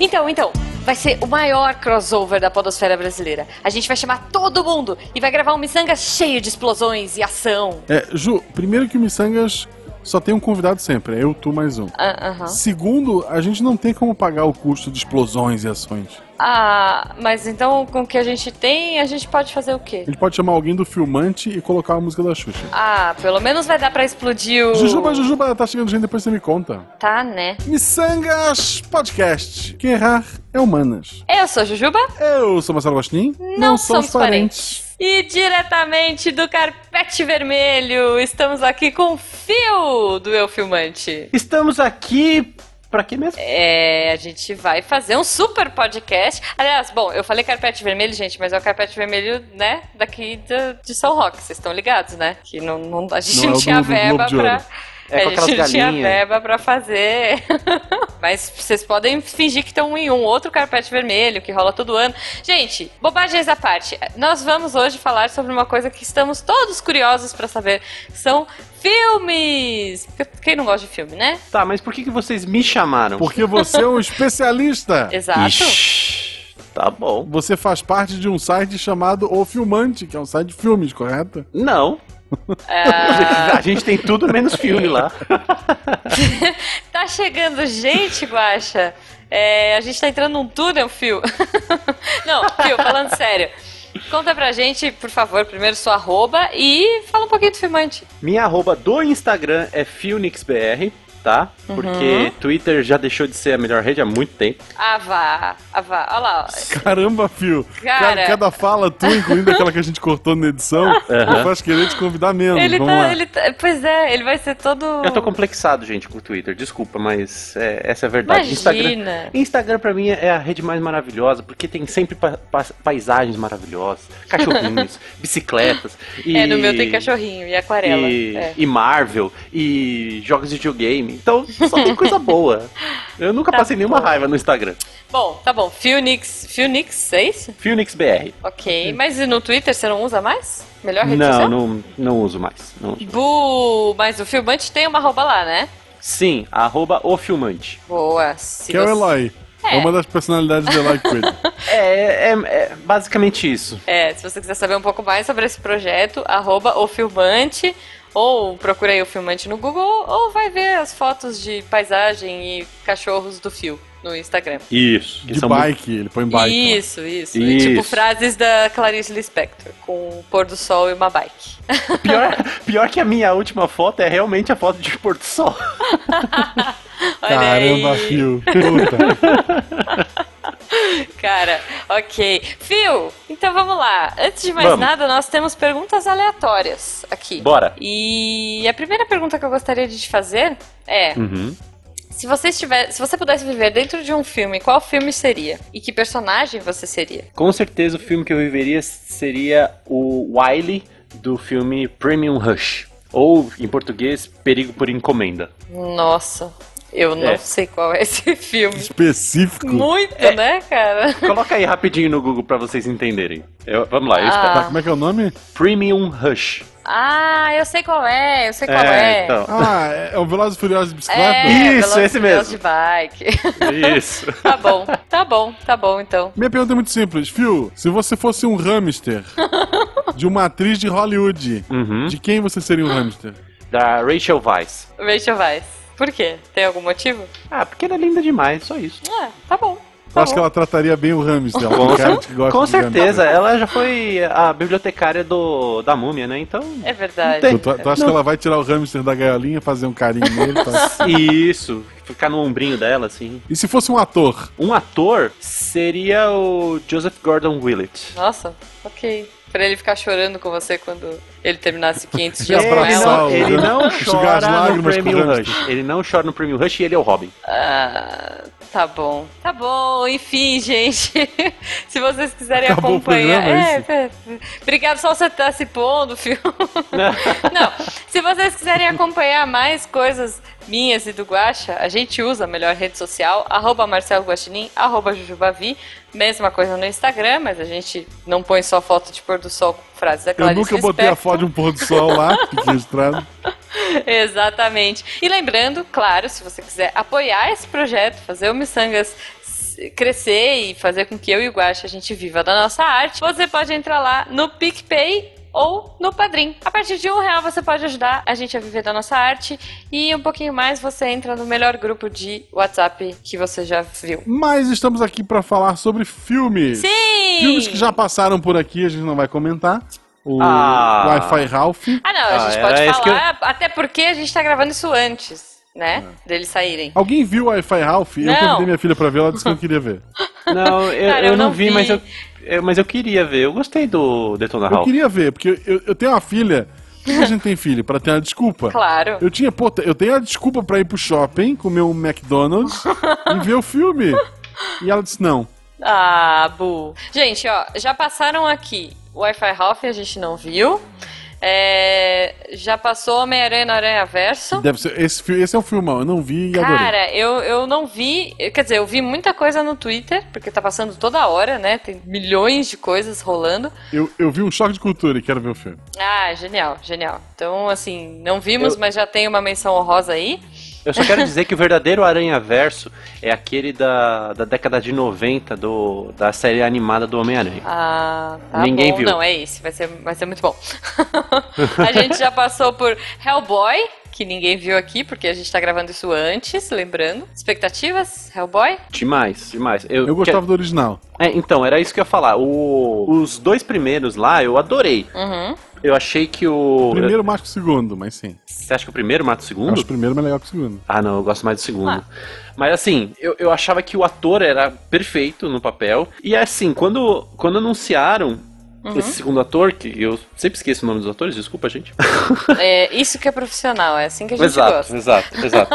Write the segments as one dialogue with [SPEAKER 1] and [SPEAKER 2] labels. [SPEAKER 1] Então, então, vai ser o maior crossover da podosfera brasileira. A gente vai chamar todo mundo e vai gravar um Missangas cheio de explosões e ação.
[SPEAKER 2] É, Ju, primeiro que o Missangas só tem um convidado sempre, é eu, tu, mais um.
[SPEAKER 1] Ah, aham.
[SPEAKER 2] Segundo, a gente não tem como pagar o custo de explosões e ações.
[SPEAKER 1] Ah, mas então com o que a gente tem, a gente pode fazer o quê?
[SPEAKER 2] A gente pode chamar alguém do filmante e colocar a música da Xuxa.
[SPEAKER 1] Ah, pelo menos vai dar pra explodir o...
[SPEAKER 2] Jujuba, Jujuba, tá chegando gente, depois você me conta.
[SPEAKER 1] Tá, né?
[SPEAKER 2] Missangas Podcast. Quem errar é humanas.
[SPEAKER 1] Eu sou a Jujuba,
[SPEAKER 2] Eu sou Marcelo Gostin.
[SPEAKER 1] não, somos parentes. E diretamente do Carpete Vermelho, estamos aqui com o Fio do Eu Filmante.
[SPEAKER 3] Estamos aqui pra quê mesmo?
[SPEAKER 1] É, a gente vai fazer um super podcast. Aliás, bom, eu falei carpete vermelho, gente, mas é o carpete vermelho, né, daqui do- de São Roque, vocês estão ligados, né? Que não, não- a gente
[SPEAKER 2] Não é
[SPEAKER 1] não,
[SPEAKER 2] o do-
[SPEAKER 1] tinha
[SPEAKER 2] do
[SPEAKER 1] verba
[SPEAKER 2] Globo de
[SPEAKER 1] pra.
[SPEAKER 2] Ouro.
[SPEAKER 3] É, com
[SPEAKER 1] a gente não
[SPEAKER 3] aquelas
[SPEAKER 1] tinha
[SPEAKER 3] galinhas.
[SPEAKER 1] verba pra fazer. Mas vocês podem fingir que estão em um outro carpete vermelho que rola todo ano. Gente, bobagens à parte. Nós vamos hoje falar sobre uma coisa que estamos todos curiosos pra saber. São filmes! Quem não gosta de filme, né?
[SPEAKER 3] Tá, mas por que, que vocês me chamaram?
[SPEAKER 2] Porque você é um especialista.
[SPEAKER 1] Exato.
[SPEAKER 3] Ixi, tá bom.
[SPEAKER 2] Você faz parte de um site chamado O Filmante, que é um site de filmes, correto?
[SPEAKER 3] Não.
[SPEAKER 1] Ah,
[SPEAKER 3] A gente tem tudo menos filme lá.
[SPEAKER 1] Tá chegando gente, Guaxa. É, a gente tá entrando num túnel, Fio. Não, Fio, falando sério. Conta pra gente, por favor, primeiro sua arroba e fala um pouquinho do filmante.
[SPEAKER 3] Minha arroba do Instagram é FilnixBR, tá?
[SPEAKER 1] Uhum.
[SPEAKER 3] Porque Twitter já deixou de ser a melhor rede há muito tempo.
[SPEAKER 1] Ah, vá, ah, vá. Olha lá. ó.
[SPEAKER 2] Caramba, Fio.
[SPEAKER 1] Cara.
[SPEAKER 2] Ca- Cada fala tu, incluindo aquela que a gente cortou na edição, me faz querer te convidar menos.
[SPEAKER 1] Ele
[SPEAKER 2] Vamos
[SPEAKER 1] tá,
[SPEAKER 2] lá.
[SPEAKER 1] ele tá- Pois é, ele vai ser todo.
[SPEAKER 3] Eu tô complexado, gente, com o Twitter. Desculpa, mas é, essa é a verdade. Instagram,
[SPEAKER 1] Imagina.
[SPEAKER 3] Instagram pra mim é a rede mais maravilhosa, porque tem sempre pa- pa- paisagens maravilhosas, cachorrinhos, bicicletas. E...
[SPEAKER 1] É, no meu tem cachorrinho e aquarela.
[SPEAKER 3] E,
[SPEAKER 1] É.
[SPEAKER 3] e Marvel, e jogos de videogame. Então só tem coisa boa. Eu nunca
[SPEAKER 1] Tá
[SPEAKER 3] passei nenhuma
[SPEAKER 1] bom.
[SPEAKER 3] raiva no Instagram.
[SPEAKER 1] Bom, tá bom. Filnix. Filnix, é isso?
[SPEAKER 3] PhoenixBR.
[SPEAKER 1] Ok. Mas e no Twitter você não usa mais? Melhor rede
[SPEAKER 3] Não,
[SPEAKER 1] social?
[SPEAKER 3] não, não uso mais. não uso.
[SPEAKER 1] Bu, mas o filmante tem uma arroba lá, né?
[SPEAKER 3] Sim, arroba o filmante.
[SPEAKER 1] Boa. se
[SPEAKER 2] Que é o
[SPEAKER 1] você-
[SPEAKER 2] Eloy. É.
[SPEAKER 1] É.
[SPEAKER 2] uma das personalidades do Eloy Quid.
[SPEAKER 3] É, é, é basicamente isso.
[SPEAKER 1] É, se você quiser saber um pouco mais sobre esse projeto, arroba o filmante, ou procura aí o filmante no Google, ou vai ver as fotos de paisagem e cachorros do fio no Instagram.
[SPEAKER 3] Isso.
[SPEAKER 2] De bike, ele põe bike. lá.
[SPEAKER 1] Isso, isso, E, Tipo
[SPEAKER 3] Isso.
[SPEAKER 1] frases da Clarice Lispector, com o pôr do sol e uma bike.
[SPEAKER 3] Pior, pior que a minha última foto é realmente a foto de Porto Sol.
[SPEAKER 1] Olha
[SPEAKER 2] Caramba,
[SPEAKER 1] aí.
[SPEAKER 2] Fio. Puta.
[SPEAKER 1] Cara, ok. Fio, então vamos lá. Antes de mais
[SPEAKER 3] Vamos.
[SPEAKER 1] nada, nós temos perguntas aleatórias aqui.
[SPEAKER 3] Bora.
[SPEAKER 1] E a primeira pergunta que eu gostaria de te fazer é:
[SPEAKER 3] Uhum.
[SPEAKER 1] se você estiver, se você pudesse viver dentro de um filme, qual filme seria? E que personagem você seria?
[SPEAKER 3] Com certeza o filme que eu viveria seria o Wiley do filme Premium Rush. Ou, em português, Perigo por Encomenda.
[SPEAKER 1] Nossa, eu não
[SPEAKER 3] É.
[SPEAKER 1] sei qual é esse filme.
[SPEAKER 2] Específico.
[SPEAKER 1] Muito, né, cara?
[SPEAKER 3] Coloca aí rapidinho no Google pra vocês entenderem. Eu- vamos lá, eu espero.
[SPEAKER 2] Tá, como é que é o nome?
[SPEAKER 3] Ah. Premium Rush.
[SPEAKER 1] Ah, eu sei qual é, eu sei qual é.
[SPEAKER 3] É, então.
[SPEAKER 2] Ah, é é o Velozes e Furiosos de Bicicleta?
[SPEAKER 1] É,
[SPEAKER 3] Isso,
[SPEAKER 1] Velozes
[SPEAKER 3] esse
[SPEAKER 1] e Furiosos
[SPEAKER 3] mesmo.
[SPEAKER 1] De bike.
[SPEAKER 3] Isso.
[SPEAKER 1] tá bom, tá bom, tá bom então.
[SPEAKER 2] Minha pergunta é muito simples. Fio, se você fosse um hamster de uma atriz de Hollywood,
[SPEAKER 3] Uhum.
[SPEAKER 2] de quem você seria um hamster?
[SPEAKER 3] Da Rachel Weisz.
[SPEAKER 1] Rachel Weisz. Por quê? Tem algum motivo?
[SPEAKER 3] Ah, porque ela é linda demais, só isso.
[SPEAKER 1] Ah, tá bom.
[SPEAKER 2] Eu
[SPEAKER 1] Tá
[SPEAKER 2] acho que
[SPEAKER 1] bom.
[SPEAKER 2] ela trataria bem o hamster. ela é um
[SPEAKER 3] Com,
[SPEAKER 2] cara
[SPEAKER 3] cer-
[SPEAKER 2] que gosta
[SPEAKER 3] com
[SPEAKER 2] de
[SPEAKER 3] certeza,
[SPEAKER 2] hamster.
[SPEAKER 3] ela já foi a bibliotecária do, da múmia, né? Então.
[SPEAKER 1] É verdade.
[SPEAKER 3] Não
[SPEAKER 2] Tu, tá- tu- tu acha que ela vai tirar o hamster da gaiolinha, fazer um carinho nele? tá?
[SPEAKER 3] Isso, ficar no ombrinho dela, assim.
[SPEAKER 2] E se fosse um ator?
[SPEAKER 3] Um ator seria o Joseph Gordon Willett.
[SPEAKER 1] Nossa, ok. Pra ele ficar chorando com você quando ele terminasse 500 dias
[SPEAKER 3] Ele
[SPEAKER 1] com ela.
[SPEAKER 2] É, abraçar
[SPEAKER 3] não,
[SPEAKER 2] o-
[SPEAKER 3] ele não
[SPEAKER 2] enxugar as
[SPEAKER 3] chora no
[SPEAKER 2] lágrimas com o
[SPEAKER 3] Premium
[SPEAKER 2] hamster.
[SPEAKER 3] Rush. Ele não chora no Premium Rush e ele é o Robin.
[SPEAKER 1] Ah, tá bom. Tá bom, enfim, gente. Se vocês quiserem
[SPEAKER 2] Acabou o
[SPEAKER 1] acompanhar.
[SPEAKER 2] programa, é
[SPEAKER 1] é, é. Obrigado só você estar se pondo, filho. Não, se vocês quiserem acompanhar mais coisas minhas e do Guaxa, a gente usa a melhor rede social, arroba Marcelo Guaxinim, arroba Jujubavi, mesma coisa no Instagram, mas a gente não põe só foto de pôr do sol com frases da
[SPEAKER 2] Eu
[SPEAKER 1] Clarice
[SPEAKER 2] nunca botei a
[SPEAKER 1] Lispector.
[SPEAKER 2] foto de um pôr do sol lá, fiquei registrado.
[SPEAKER 1] Exatamente. E lembrando, claro, se você quiser apoiar esse projeto, fazer o Missangas crescer e fazer com que eu e o Guaxa a gente viva da nossa arte, você pode entrar lá no PicPay ou no Padrim. A partir de um real você pode ajudar a gente a viver da nossa arte e um pouquinho mais você entra no melhor grupo de WhatsApp que você já viu.
[SPEAKER 2] Mas estamos aqui para falar sobre filmes.
[SPEAKER 1] Sim!
[SPEAKER 2] Filmes que já passaram por aqui, a gente não vai comentar. O
[SPEAKER 3] Ah.
[SPEAKER 2] Wi-Fi Ralph.
[SPEAKER 1] Ah, não, a
[SPEAKER 3] Ah,
[SPEAKER 1] gente
[SPEAKER 3] era
[SPEAKER 1] pode
[SPEAKER 3] isso que eu- Ah.
[SPEAKER 1] falar, até porque a gente tá gravando isso antes, né? Deles saírem.
[SPEAKER 2] Alguém viu o Wi-Fi Ralph? Eu
[SPEAKER 1] Não.
[SPEAKER 2] convidei minha filha pra ver, ela disse que não queria ver.
[SPEAKER 3] Não, eu,
[SPEAKER 1] Cara,
[SPEAKER 3] eu
[SPEAKER 1] eu
[SPEAKER 3] não
[SPEAKER 1] não
[SPEAKER 3] vi,
[SPEAKER 1] vi.
[SPEAKER 3] mas eu, eu- mas eu queria ver. Eu gostei do Detona
[SPEAKER 2] Eu
[SPEAKER 3] Ralph.
[SPEAKER 2] queria ver, porque eu, eu tenho uma filha. Por que a gente tem filho? Pra ter uma desculpa.
[SPEAKER 1] Claro.
[SPEAKER 2] Eu tinha, pô, eu tenho a desculpa pra ir pro shopping, comer um McDonald's e ver o filme. E ela disse não.
[SPEAKER 1] Ah, bu. Gente, ó, já passaram aqui o Wi-Fi Ralph, a gente não viu. É, já passou Homem-Aranha no Aranha Verso.
[SPEAKER 2] Deve ser, esse, fi- esse é um filmão, eu não vi e adorei.
[SPEAKER 1] Cara, eu, eu não vi. eu- Quer dizer, eu vi muita coisa no Twitter, porque tá passando toda hora, né? Tem milhões de coisas rolando.
[SPEAKER 2] Eu, eu vi um choque de cultura e quero ver o filme.
[SPEAKER 1] Ah, genial, genial. Então, assim, não vimos, mas já tem uma menção honrosa aí.
[SPEAKER 3] Eu só quero dizer que o verdadeiro Aranha Verso é aquele da, da década de 90 do, da série animada do Homem-Aranha.
[SPEAKER 1] Ah, tá
[SPEAKER 3] Ninguém
[SPEAKER 1] bom.
[SPEAKER 3] viu.
[SPEAKER 1] Não, é esse. Vai ser, vai ser muito bom. a gente já passou por Hellboy, que ninguém viu aqui, porque a gente tá gravando isso antes, lembrando. Expectativas? Hellboy?
[SPEAKER 3] Demais, demais. Eu,
[SPEAKER 2] Eu gostava do original.
[SPEAKER 3] que- É, então, era isso que eu ia falar. O- os dois primeiros lá eu adorei.
[SPEAKER 1] Uhum.
[SPEAKER 3] Eu achei que o.
[SPEAKER 2] Primeiro mais que o segundo, mas sim.
[SPEAKER 3] Você acha que o primeiro mata o
[SPEAKER 2] Eu
[SPEAKER 3] é- segundo?
[SPEAKER 2] acho o primeiro mais legal que o segundo.
[SPEAKER 3] Ah, não, eu gosto mais do segundo.
[SPEAKER 1] Ah.
[SPEAKER 3] Mas assim, eu, eu achava que o ator era perfeito no papel. E assim, quando, quando anunciaram
[SPEAKER 1] Uhum.
[SPEAKER 3] esse segundo ator, que eu sempre esqueço o nome dos atores, desculpa, gente.
[SPEAKER 1] É, isso que é profissional, é assim que a gente
[SPEAKER 3] exato,
[SPEAKER 1] gosta.
[SPEAKER 3] exato, exato.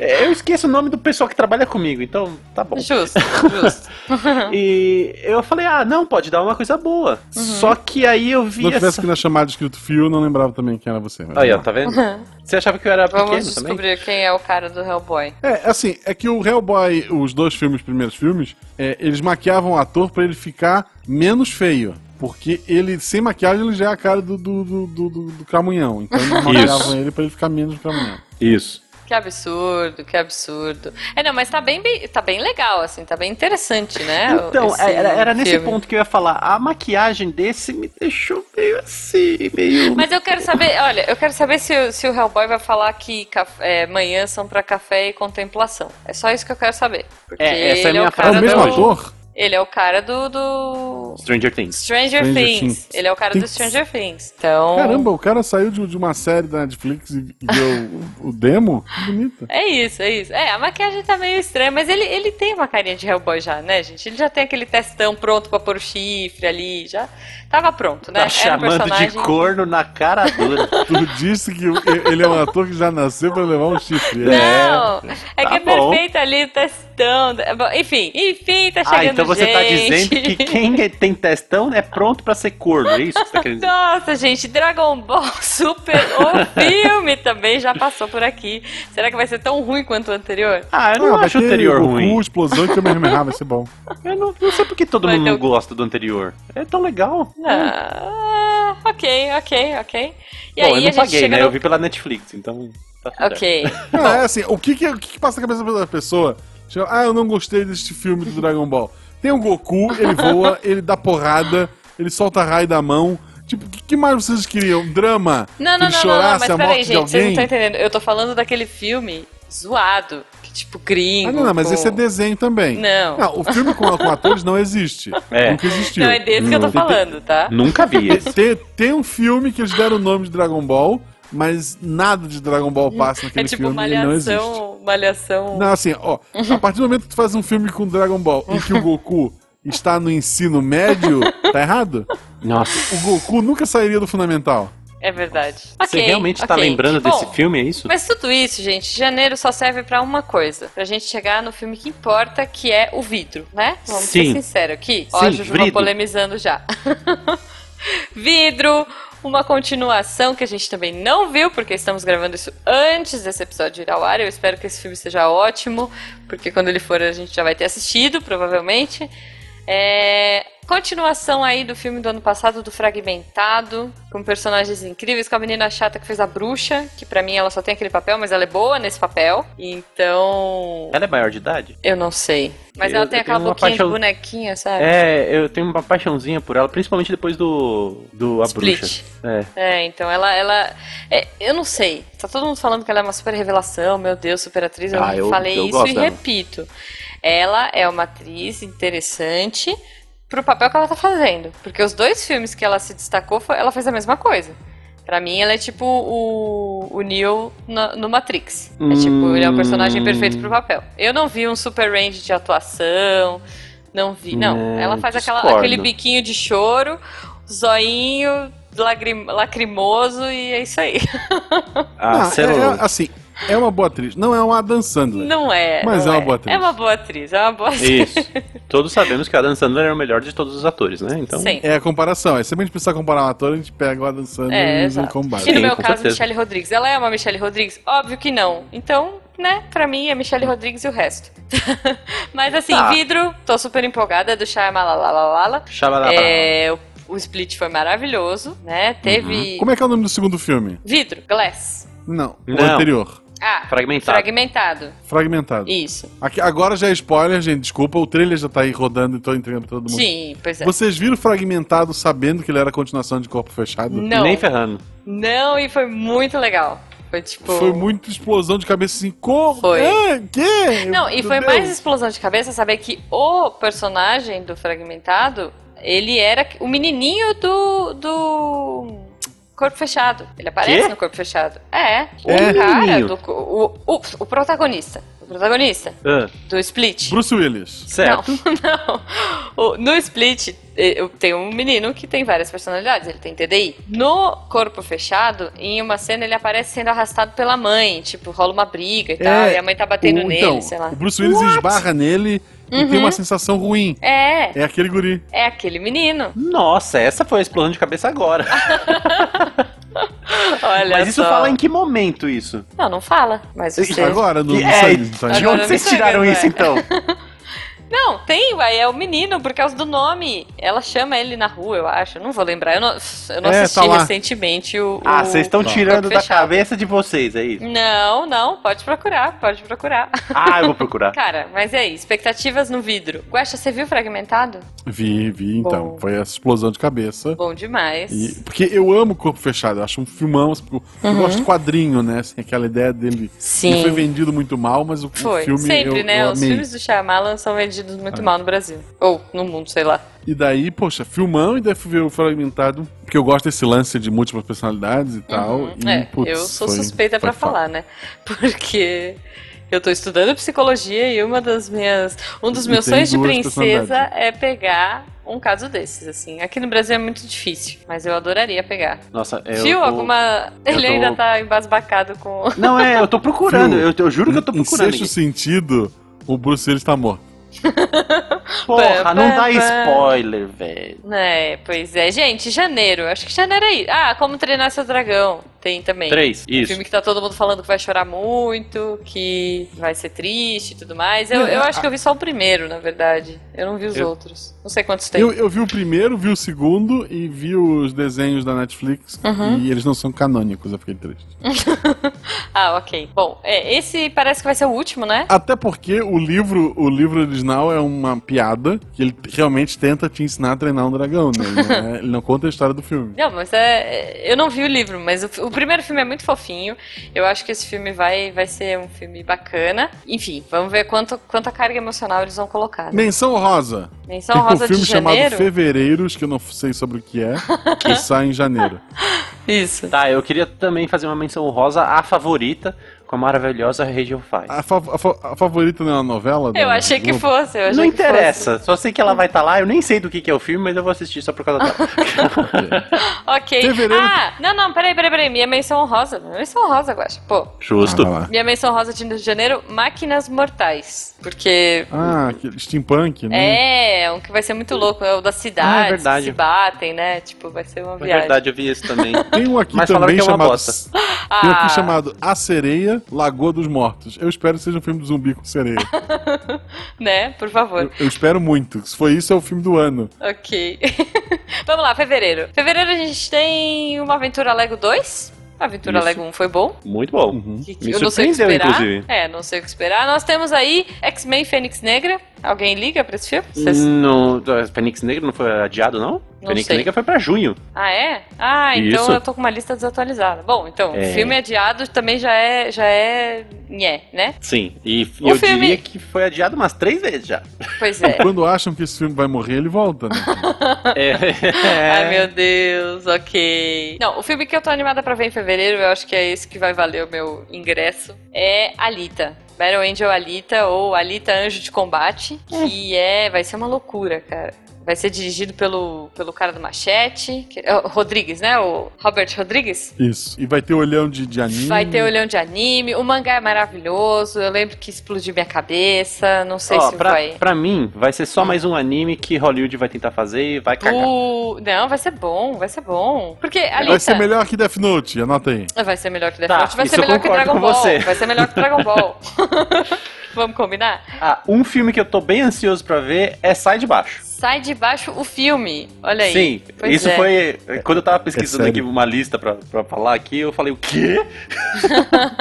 [SPEAKER 3] É, eu esqueço o nome do pessoal que trabalha comigo, então tá bom.
[SPEAKER 1] Justo, justo. Uhum.
[SPEAKER 3] E eu falei, ah, não, pode dar uma coisa boa. Só que aí eu
[SPEAKER 2] Se
[SPEAKER 3] vi
[SPEAKER 2] não tivesse
[SPEAKER 3] essa.
[SPEAKER 2] aqui na chamada escrito fio, eu não lembrava também quem era você. mas
[SPEAKER 3] Aí,
[SPEAKER 2] vamos
[SPEAKER 3] ó,
[SPEAKER 2] lá.
[SPEAKER 3] tá vendo? Você achava que eu era pequeno
[SPEAKER 1] Uhum. Vamos
[SPEAKER 3] também?
[SPEAKER 1] descobrir quem é o cara do Hellboy.
[SPEAKER 2] É, assim, é que o Hellboy, os dois filmes, primeiros filmes, é, eles maquiavam o ator pra ele ficar menos feio. Porque ele, sem maquiagem, ele já é a cara do, do, do, do, do- do Cramunhão. Então eles maquiavam ele pra ele ficar menos Cramunhão.
[SPEAKER 3] Isso.
[SPEAKER 1] Que absurdo, que absurdo. É, não, mas tá bem, be- tá bem legal, assim, tá bem interessante, né?
[SPEAKER 3] Então,
[SPEAKER 1] esse
[SPEAKER 3] era, era nesse
[SPEAKER 1] filme.
[SPEAKER 3] ponto que eu ia falar. A maquiagem desse me deixou meio assim, meio.
[SPEAKER 1] Mas eu quero saber, olha, eu quero saber se, o- se o Hellboy vai falar que caf- é, manhã são pra café e contemplação. É só isso que eu quero saber. Porque
[SPEAKER 3] É, essa é a
[SPEAKER 1] ele
[SPEAKER 3] minha
[SPEAKER 1] é o
[SPEAKER 2] É
[SPEAKER 1] cara
[SPEAKER 2] o mesmo
[SPEAKER 1] do,
[SPEAKER 2] ator?
[SPEAKER 1] Ele é o cara do, do
[SPEAKER 3] Stranger Things.
[SPEAKER 1] Stranger,
[SPEAKER 2] Stranger
[SPEAKER 1] Things.
[SPEAKER 2] Things.
[SPEAKER 1] Ele é o cara do
[SPEAKER 2] Things.
[SPEAKER 1] Stranger Things. Então.
[SPEAKER 2] Caramba, o cara saiu de, de uma série da Netflix e e deu o, o demo? Que bonito.
[SPEAKER 1] É isso, é isso. É, a maquiagem tá meio estranha, mas ele, ele tem uma carinha de Hellboy já, né, gente? Ele já tem aquele testão pronto pra pôr o chifre ali, já. Tava pronto, né?
[SPEAKER 3] Tá chamando de corno na cara dura.
[SPEAKER 2] Tu disse que e- ele é um ator que já nasceu pra levar um chifre. É.
[SPEAKER 1] Não, é,
[SPEAKER 3] tá
[SPEAKER 1] que é
[SPEAKER 3] bom.
[SPEAKER 1] perfeito ali o testão. É bom, Enfim, enfim, tá chegando
[SPEAKER 3] ah, então você tá dizendo
[SPEAKER 1] gente.
[SPEAKER 3] que quem tem testão é pronto pra ser corno, é isso que você tá querendo dizer?
[SPEAKER 1] Nossa, gente, Dragon Ball Super, o filme também já passou por aqui. Será que vai ser tão ruim quanto o anterior?
[SPEAKER 3] Ah, eu não
[SPEAKER 2] vai
[SPEAKER 3] acho o
[SPEAKER 2] ter
[SPEAKER 3] anterior
[SPEAKER 2] Goku,
[SPEAKER 3] ruim.
[SPEAKER 2] explosão e Kamehameha, vai ser é bom.
[SPEAKER 3] Eu não, não sei por que todo
[SPEAKER 1] Vai
[SPEAKER 3] mundo
[SPEAKER 1] ter
[SPEAKER 3] não
[SPEAKER 1] o-
[SPEAKER 3] gosta do anterior. É tão legal.
[SPEAKER 1] Ah, ok, ok, ok. E aí
[SPEAKER 3] Bom, eu não
[SPEAKER 1] a gente
[SPEAKER 3] paguei,
[SPEAKER 1] chega
[SPEAKER 3] né?
[SPEAKER 1] no...
[SPEAKER 3] Eu vi pela Netflix, então. Tá tudo certo.
[SPEAKER 1] Ok.
[SPEAKER 2] Não, é assim, o que que, o que que passa na cabeça da pessoa? Tipo, Ah, eu não gostei deste filme do Dragon Ball. Tem o Goku, ele voa, ele dá porrada, ele solta raio da mão. Tipo, o que, que mais vocês queriam? Drama?
[SPEAKER 1] Não, não, não,
[SPEAKER 2] que ele
[SPEAKER 1] não, não,
[SPEAKER 2] chorasse
[SPEAKER 1] mas
[SPEAKER 2] a morte
[SPEAKER 1] peraí,
[SPEAKER 2] de
[SPEAKER 1] gente, vocês não estão
[SPEAKER 2] alguém?
[SPEAKER 1] entendendo. Eu tô falando daquele filme zoado, que tipo gringo.
[SPEAKER 2] Ah, não, não, mas
[SPEAKER 1] com-
[SPEAKER 2] esse é desenho também. Ah,
[SPEAKER 1] Não.
[SPEAKER 2] o filme com, com atores não existe.
[SPEAKER 3] É.
[SPEAKER 2] Nunca existiu.
[SPEAKER 1] Não, é desse que eu tô falando, tá?
[SPEAKER 3] Nunca vi esse.
[SPEAKER 2] Tem, tem um filme que eles deram o nome de Dragon Ball, mas nada de Dragon Ball passa
[SPEAKER 1] É
[SPEAKER 2] naquele
[SPEAKER 1] tipo
[SPEAKER 2] filme e não existe.
[SPEAKER 1] malhação, malhação.
[SPEAKER 2] Não, assim, ó, a partir do momento que tu faz um filme com Dragon Ball em que o Goku está no ensino médio, tá errado?
[SPEAKER 3] Nossa.
[SPEAKER 2] O Goku nunca sairia do fundamental.
[SPEAKER 1] É verdade.
[SPEAKER 3] Você realmente tá
[SPEAKER 1] ok.
[SPEAKER 3] lembrando
[SPEAKER 1] Bom,
[SPEAKER 3] desse filme, é isso?
[SPEAKER 1] Mas tudo isso, gente, janeiro só serve pra uma coisa. Pra gente chegar no filme que importa, que é o vidro, né? Vamos
[SPEAKER 3] Sim.
[SPEAKER 1] ser sinceros aqui. Ó, a
[SPEAKER 3] Sim,
[SPEAKER 1] Jujuba
[SPEAKER 3] vidro.
[SPEAKER 1] polemizando já. vidro, uma continuação que a gente também não viu, porque estamos gravando isso antes desse episódio ir ao ar. Eu espero que esse filme seja ótimo, porque quando ele for a gente já vai ter assistido, provavelmente. É, Continuação aí do filme do ano passado, do Fragmentado, com personagens incríveis, com a menina chata que fez a bruxa, que pra mim ela só tem aquele papel, mas ela é boa nesse papel. Então.
[SPEAKER 3] Ela é maior de idade?
[SPEAKER 1] Eu não sei. Mas ela
[SPEAKER 3] Eu-
[SPEAKER 1] tem
[SPEAKER 3] eu
[SPEAKER 1] aquela
[SPEAKER 3] tenho uma
[SPEAKER 1] boquinha
[SPEAKER 3] paixão-
[SPEAKER 1] de bonequinha, sabe?
[SPEAKER 3] É, eu tenho uma paixãozinha por ela, principalmente depois do. do A
[SPEAKER 1] Split.
[SPEAKER 3] Bruxa. É.
[SPEAKER 1] É, então ela. ela é, eu não sei. Tá todo mundo falando que ela é uma super revelação, meu Deus, super atriz. Eu,
[SPEAKER 3] Ah,
[SPEAKER 1] não
[SPEAKER 3] eu-
[SPEAKER 1] falei
[SPEAKER 3] eu
[SPEAKER 1] isso
[SPEAKER 3] gosto
[SPEAKER 1] e
[SPEAKER 3] dela.
[SPEAKER 1] repito. Ela é uma atriz interessante pro papel que ela tá fazendo. Porque os dois filmes que ela se destacou, foi- ela fez a mesma coisa. Pra mim, ela é tipo o, o Neo na- no Matrix. É tipo, ele é o personagem
[SPEAKER 3] Hum.
[SPEAKER 1] perfeito pro papel. Eu não vi um super range de atuação, não vi. Não,
[SPEAKER 3] Não,
[SPEAKER 1] ela faz aquela,
[SPEAKER 3] discordo.
[SPEAKER 1] aquele biquinho de choro, zoinho lagrim- lacrimoso e é isso aí.
[SPEAKER 3] A
[SPEAKER 2] Não, é, é- assim, é uma boa atriz. Não é uma Adam Sandler.
[SPEAKER 1] Não é.
[SPEAKER 2] Mas
[SPEAKER 1] não
[SPEAKER 2] é uma boa atriz.
[SPEAKER 1] É uma boa atriz, é uma boa atriz.
[SPEAKER 3] Isso. Todos sabemos que a Adam Sandler é o melhor de todos os atores, né? Então.
[SPEAKER 1] Sim.
[SPEAKER 2] É a comparação. É, se a gente precisar comparar um ator, a gente pega o Adam Sandler
[SPEAKER 1] É,
[SPEAKER 2] e não
[SPEAKER 1] exato.
[SPEAKER 2] um combate.
[SPEAKER 1] E no
[SPEAKER 3] Sim,
[SPEAKER 1] meu
[SPEAKER 3] com
[SPEAKER 1] caso,
[SPEAKER 3] certeza.
[SPEAKER 1] Michelle Rodrigues. Ela é uma Michelle Rodrigues? Óbvio que não. Então, né, pra mim é Michelle Rodrigues e o resto. Mas assim,
[SPEAKER 3] Tá.
[SPEAKER 1] vidro, tô super empolgada é do Shyamalalala.
[SPEAKER 3] Xabalabá.
[SPEAKER 1] É, o, o Split foi maravilhoso, né? Teve
[SPEAKER 2] Como é que é o nome do segundo filme?
[SPEAKER 1] vidro, glass.
[SPEAKER 2] Não, o
[SPEAKER 3] Não.
[SPEAKER 2] anterior.
[SPEAKER 1] Ah,
[SPEAKER 3] Fragmentado.
[SPEAKER 1] fragmentado.
[SPEAKER 2] Fragmentado.
[SPEAKER 1] Isso.
[SPEAKER 2] Aqui- agora já é spoiler, gente. Desculpa, o trailer já tá aí rodando e tô entregando pra todo mundo.
[SPEAKER 1] Sim, pois é.
[SPEAKER 2] Vocês viram Fragmentado sabendo que ele era a continuação de Corpo Fechado?
[SPEAKER 1] Não,
[SPEAKER 3] Nem ferrando.
[SPEAKER 1] não, e foi muito legal. Foi tipo.
[SPEAKER 2] Foi muita explosão de cabeça assim, como?
[SPEAKER 1] Foi.
[SPEAKER 2] É, que?
[SPEAKER 1] Não, e
[SPEAKER 2] Meu
[SPEAKER 1] foi
[SPEAKER 2] Deus.
[SPEAKER 1] mais assim, explosão de cabeça saber que o personagem do Fragmentado, ele era o menininho do. do Corpo Fechado. Ele aparece
[SPEAKER 3] Quê?
[SPEAKER 1] no Corpo Fechado. É. O
[SPEAKER 2] É?
[SPEAKER 1] cara
[SPEAKER 3] Menininho.
[SPEAKER 1] do. co- O, o, o protagonista. O protagonista
[SPEAKER 3] Ah,
[SPEAKER 1] do Split.
[SPEAKER 2] Bruce Willis.
[SPEAKER 3] certo.
[SPEAKER 1] Não, não. O- No Split, eh, eu- tem um menino que tem várias personalidades, ele tem TDI. No Corpo Fechado, em uma cena, ele aparece sendo arrastado pela mãe, tipo, rola uma briga e tal, e a mãe tá batendo
[SPEAKER 2] o-
[SPEAKER 1] nele,
[SPEAKER 2] então,
[SPEAKER 1] sei lá. Uhum.
[SPEAKER 2] O Bruce Willis esbarra nele e tem uma sensação ruim.
[SPEAKER 1] É,
[SPEAKER 2] É aquele guri.
[SPEAKER 1] é aquele menino.
[SPEAKER 3] Nossa, essa foi a explosão de cabeça agora.
[SPEAKER 1] Olha
[SPEAKER 3] Mas isso
[SPEAKER 1] só.
[SPEAKER 3] fala em que momento isso?
[SPEAKER 1] Não, não fala, mas você...
[SPEAKER 2] Agora, no, no
[SPEAKER 3] Que- é
[SPEAKER 2] sangue,
[SPEAKER 3] de
[SPEAKER 2] no sangue.
[SPEAKER 1] Agora
[SPEAKER 3] onde vocês
[SPEAKER 1] não sei,
[SPEAKER 3] tiraram
[SPEAKER 1] mas
[SPEAKER 3] isso
[SPEAKER 1] é.
[SPEAKER 3] então?
[SPEAKER 1] Não, tem, uai, é o menino, por causa do nome. Ela chama ele na rua, eu acho, eu não vou lembrar. Eu não, eu não
[SPEAKER 2] É,
[SPEAKER 1] assisti
[SPEAKER 2] tá lá.
[SPEAKER 1] recentemente o...
[SPEAKER 3] Ah,
[SPEAKER 1] o
[SPEAKER 3] vocês estão
[SPEAKER 2] tá.
[SPEAKER 1] Corpo
[SPEAKER 3] tirando da
[SPEAKER 1] Tá Fechado.
[SPEAKER 3] cabeça de vocês, é isso?
[SPEAKER 1] Não, não, pode procurar, pode procurar.
[SPEAKER 3] Ah, eu vou procurar.
[SPEAKER 1] Cara, mas e aí? Expectativas no vidro. Guaxa, você viu fragmentado?
[SPEAKER 2] Vi, vi, então.
[SPEAKER 1] Bom.
[SPEAKER 2] Foi essa explosão de cabeça.
[SPEAKER 1] Bom demais.
[SPEAKER 2] E- porque eu amo Corpo Fechado, eu acho um filmão. assim, porque Eu
[SPEAKER 3] Uhum.
[SPEAKER 2] gosto de quadrinho, né? Assim, aquela ideia dele.
[SPEAKER 1] Sim.
[SPEAKER 2] Ele foi vendido muito mal, mas o, o
[SPEAKER 1] Foi,
[SPEAKER 2] filme
[SPEAKER 1] sempre,
[SPEAKER 2] eu,
[SPEAKER 1] né?
[SPEAKER 2] eu
[SPEAKER 1] Os
[SPEAKER 2] amei. Ah.
[SPEAKER 1] filmes do Shyamalan são vendidos muito mal no Brasil. Ou no mundo, sei lá.
[SPEAKER 2] E daí, poxa, filmão e daí fui ver o fragmentado. Porque eu gosto desse lance de múltiplas personalidades e tal.
[SPEAKER 1] Uhum.
[SPEAKER 2] e,
[SPEAKER 1] é,
[SPEAKER 2] putz,
[SPEAKER 1] eu sou
[SPEAKER 2] foi-
[SPEAKER 1] suspeita pra
[SPEAKER 2] foi foda.
[SPEAKER 1] falar, né? Porque eu tô estudando psicologia e uma das minhas, um dos
[SPEAKER 2] E
[SPEAKER 1] meus
[SPEAKER 2] tem
[SPEAKER 1] sonhos de
[SPEAKER 2] duas
[SPEAKER 1] princesa
[SPEAKER 2] personalidades.
[SPEAKER 1] é pegar um caso desses, assim. Aqui no Brasil é muito difícil, mas eu adoraria pegar.
[SPEAKER 3] Nossa,
[SPEAKER 2] É,
[SPEAKER 3] eu.
[SPEAKER 1] Viu
[SPEAKER 3] tô-
[SPEAKER 1] alguma...
[SPEAKER 3] eu
[SPEAKER 1] Ele
[SPEAKER 3] tô-
[SPEAKER 1] ainda tá embasbacado com...
[SPEAKER 3] Não, é, eu tô procurando.
[SPEAKER 2] Viu?
[SPEAKER 3] Eu, eu juro que eu tô
[SPEAKER 2] Em- em
[SPEAKER 3] procurando.
[SPEAKER 2] sexto
[SPEAKER 3] aqui.
[SPEAKER 2] sentido, o Bruce Willis tá morto.
[SPEAKER 3] Porra, não
[SPEAKER 1] Pá, pá, pá.
[SPEAKER 3] dá spoiler, velho.
[SPEAKER 1] É, pois é. Gente, janeiro. Acho que janeiro aí. Ah, Como Treinar Seu Dragão. Tem também.
[SPEAKER 3] Três, isso.
[SPEAKER 1] Filme que tá todo mundo falando que vai chorar muito, que vai ser triste e tudo mais. Eu, eu acho que eu vi só o primeiro, na verdade. Eu não vi os
[SPEAKER 3] Eu-
[SPEAKER 1] outros. Não sei quantos tem.
[SPEAKER 2] Eu, eu vi o primeiro, vi o segundo e vi os desenhos da Netflix.
[SPEAKER 1] Uhum.
[SPEAKER 2] E eles não são canônicos, eu fiquei triste.
[SPEAKER 1] Ah, ok. Bom, é, esse parece que vai ser o último, né?
[SPEAKER 2] Até porque o livro, o livro original é uma piada que ele realmente tenta te ensinar a treinar um dragão, né? Ele não, é- ele não conta a história do filme.
[SPEAKER 1] Não, mas é. é, Eu não vi o livro, mas o, fi- o primeiro filme é muito fofinho. Eu acho que esse filme vai, vai ser um filme bacana. Enfim, vamos ver quanto, quanta carga emocional eles vão colocar. Né?
[SPEAKER 2] Menção Rosa.
[SPEAKER 1] Menção
[SPEAKER 2] Tem um
[SPEAKER 1] Rosa de
[SPEAKER 2] filme chamado
[SPEAKER 1] Janeiro.
[SPEAKER 2] Fevereiros, que eu não sei sobre o que é, que sai em janeiro.
[SPEAKER 1] Isso.
[SPEAKER 3] Tá, eu queria também fazer uma menção rosa à favorita com a maravilhosa Rachel Fiennes.
[SPEAKER 2] A, fa- a fa- a favorita não é uma novela?
[SPEAKER 1] Eu
[SPEAKER 2] da-
[SPEAKER 1] achei que
[SPEAKER 2] Globo?
[SPEAKER 1] fosse. Eu achei
[SPEAKER 3] Não
[SPEAKER 1] que fosse.
[SPEAKER 3] interessa, só sei que ela vai estar lá, eu nem sei do que, que é o filme, mas eu vou assistir só por causa dela.
[SPEAKER 1] Ok.
[SPEAKER 2] Fevereiro.
[SPEAKER 1] Ah, não, não, peraí, peraí, peraí. Minha menção honrosa. Minha menção honrosa, eu acho. Pô.
[SPEAKER 3] Justo.
[SPEAKER 2] Ah, vai lá.
[SPEAKER 1] Minha menção rosa de janeiro, Máquinas Mortais. Porque.
[SPEAKER 2] Ah, aquele steampunk, né?
[SPEAKER 1] É, um que vai ser muito louco, é o das
[SPEAKER 3] hum. Ah,
[SPEAKER 1] cidades que
[SPEAKER 3] é verdade.
[SPEAKER 1] se
[SPEAKER 3] É
[SPEAKER 1] batem, né? Tipo, vai ser uma
[SPEAKER 3] Na
[SPEAKER 1] viagem.
[SPEAKER 3] verdade, eu vi esse também.
[SPEAKER 2] Tem um aqui
[SPEAKER 3] Mas falaram
[SPEAKER 2] também
[SPEAKER 3] que é uma
[SPEAKER 2] chamado.
[SPEAKER 3] bosta.
[SPEAKER 2] Tem
[SPEAKER 1] Ah.
[SPEAKER 2] um aqui chamado A Sereia, Sereia, Lagoa dos Mortos. Eu espero que seja um filme do zumbi com sereia.
[SPEAKER 1] né? Por favor.
[SPEAKER 2] Eu, eu espero muito. Se foi isso, é o filme do ano.
[SPEAKER 1] Ok. Vamos lá, fevereiro. Fevereiro a gente tem uma Aventura Lego 2. A Aventura
[SPEAKER 3] Isso.
[SPEAKER 1] Lego 1 foi bom.
[SPEAKER 3] Muito bom.
[SPEAKER 1] que- que
[SPEAKER 3] Uhum. Me
[SPEAKER 1] eu não sei o que
[SPEAKER 3] surpreendeu,
[SPEAKER 1] esperar.
[SPEAKER 3] inclusive.
[SPEAKER 1] É, não sei o que esperar. Nós temos aí X-Men Fênix Negra. Alguém liga pra esse filme? Vocês-
[SPEAKER 3] Hum. Não, a eh, Fênix Negra não foi adiado, não?
[SPEAKER 1] Não
[SPEAKER 3] Fênix
[SPEAKER 1] sei.
[SPEAKER 3] Negra foi pra junho.
[SPEAKER 1] Ah, é? Ah, então
[SPEAKER 3] Isso.
[SPEAKER 1] eu tô com uma lista desatualizada. Bom, então,
[SPEAKER 3] É.
[SPEAKER 1] filme adiado também já é. já é. nhé, né?
[SPEAKER 3] Sim. E f-
[SPEAKER 1] O
[SPEAKER 3] eu
[SPEAKER 1] filme-
[SPEAKER 3] diria que foi adiado umas três vezes já.
[SPEAKER 1] Pois é.
[SPEAKER 2] Então, Quando acham que esse filme vai morrer, ele volta, né?
[SPEAKER 3] É.
[SPEAKER 1] Ah. Ai, meu Deus, ok. Não, o filme que eu tô animada pra ver em fevereiro, eu acho que é esse que vai valer o meu ingresso, é Alita. Battle Angel Alita, ou Alita Anjo de Combate, que é... vai ser uma loucura, cara. Vai ser dirigido pelo, pelo cara do Machete, que- é o Rodrigues, né? O Robert Rodrigues?
[SPEAKER 2] Isso. E vai ter olhão de, de
[SPEAKER 3] Hum.
[SPEAKER 2] anime.
[SPEAKER 1] Vai ter olhão de anime, o mangá é maravilhoso, eu lembro que explodiu minha cabeça, não sei
[SPEAKER 3] Ó,
[SPEAKER 1] se
[SPEAKER 3] pra,
[SPEAKER 1] vai...
[SPEAKER 3] pra mim, vai ser só mais um anime que Hollywood vai tentar fazer e vai cagar.
[SPEAKER 1] Uh, não, vai ser bom, vai ser bom. Porque Alita...
[SPEAKER 2] Vai ser melhor que Death Note, anota aí.
[SPEAKER 1] Ah, Vai ser melhor que Death
[SPEAKER 3] Tá,
[SPEAKER 1] Note, vai
[SPEAKER 3] isso
[SPEAKER 1] ser
[SPEAKER 3] eu
[SPEAKER 1] melhor que
[SPEAKER 3] concordo
[SPEAKER 1] Dragon
[SPEAKER 3] com
[SPEAKER 1] Ball.
[SPEAKER 3] você.
[SPEAKER 1] Vai ser melhor que Dragon Ball. Vamos combinar?
[SPEAKER 3] Ah, um filme que eu tô bem ansioso pra ver é Sai de Baixo.
[SPEAKER 1] Sai de baixo o filme. Olha aí.
[SPEAKER 3] Sim,
[SPEAKER 1] Pois
[SPEAKER 3] isso
[SPEAKER 1] é.
[SPEAKER 3] foi. Quando eu tava pesquisando
[SPEAKER 2] sério.
[SPEAKER 3] aqui uma lista pra, pra falar aqui, eu falei, o quê?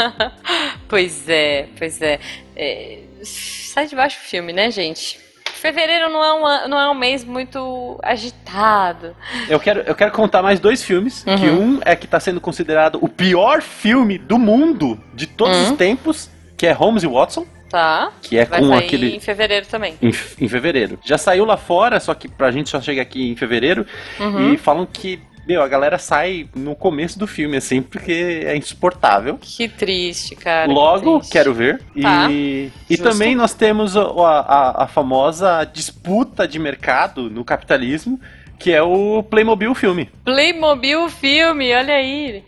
[SPEAKER 1] pois é, pois é. É, Sai de baixo o filme, né, gente? Fevereiro não é um, an- não é um mês muito agitado.
[SPEAKER 3] Eu quero, eu quero contar mais dois filmes.
[SPEAKER 1] Uhum.
[SPEAKER 3] Que um é que tá sendo considerado o pior filme do mundo de todos
[SPEAKER 1] Uhum.
[SPEAKER 3] os tempos, que é Holmes e Watson,
[SPEAKER 1] Tá?
[SPEAKER 3] que é
[SPEAKER 1] Vai
[SPEAKER 3] com
[SPEAKER 1] sair
[SPEAKER 3] aquele.
[SPEAKER 1] em fevereiro também.
[SPEAKER 3] Em, f- em fevereiro. Já saiu lá fora, só que pra gente só chega aqui em fevereiro.
[SPEAKER 1] Uhum.
[SPEAKER 3] E falam que, meu, a galera sai no começo do filme, assim, porque é insuportável.
[SPEAKER 1] Que triste, cara. que
[SPEAKER 3] Logo,
[SPEAKER 1] triste.
[SPEAKER 3] quero ver. E,
[SPEAKER 1] Tá.
[SPEAKER 3] e
[SPEAKER 1] Justo.
[SPEAKER 3] também nós temos a, a- a famosa disputa de mercado no capitalismo, que é o Playmobil filme.
[SPEAKER 1] Playmobil filme, olha aí.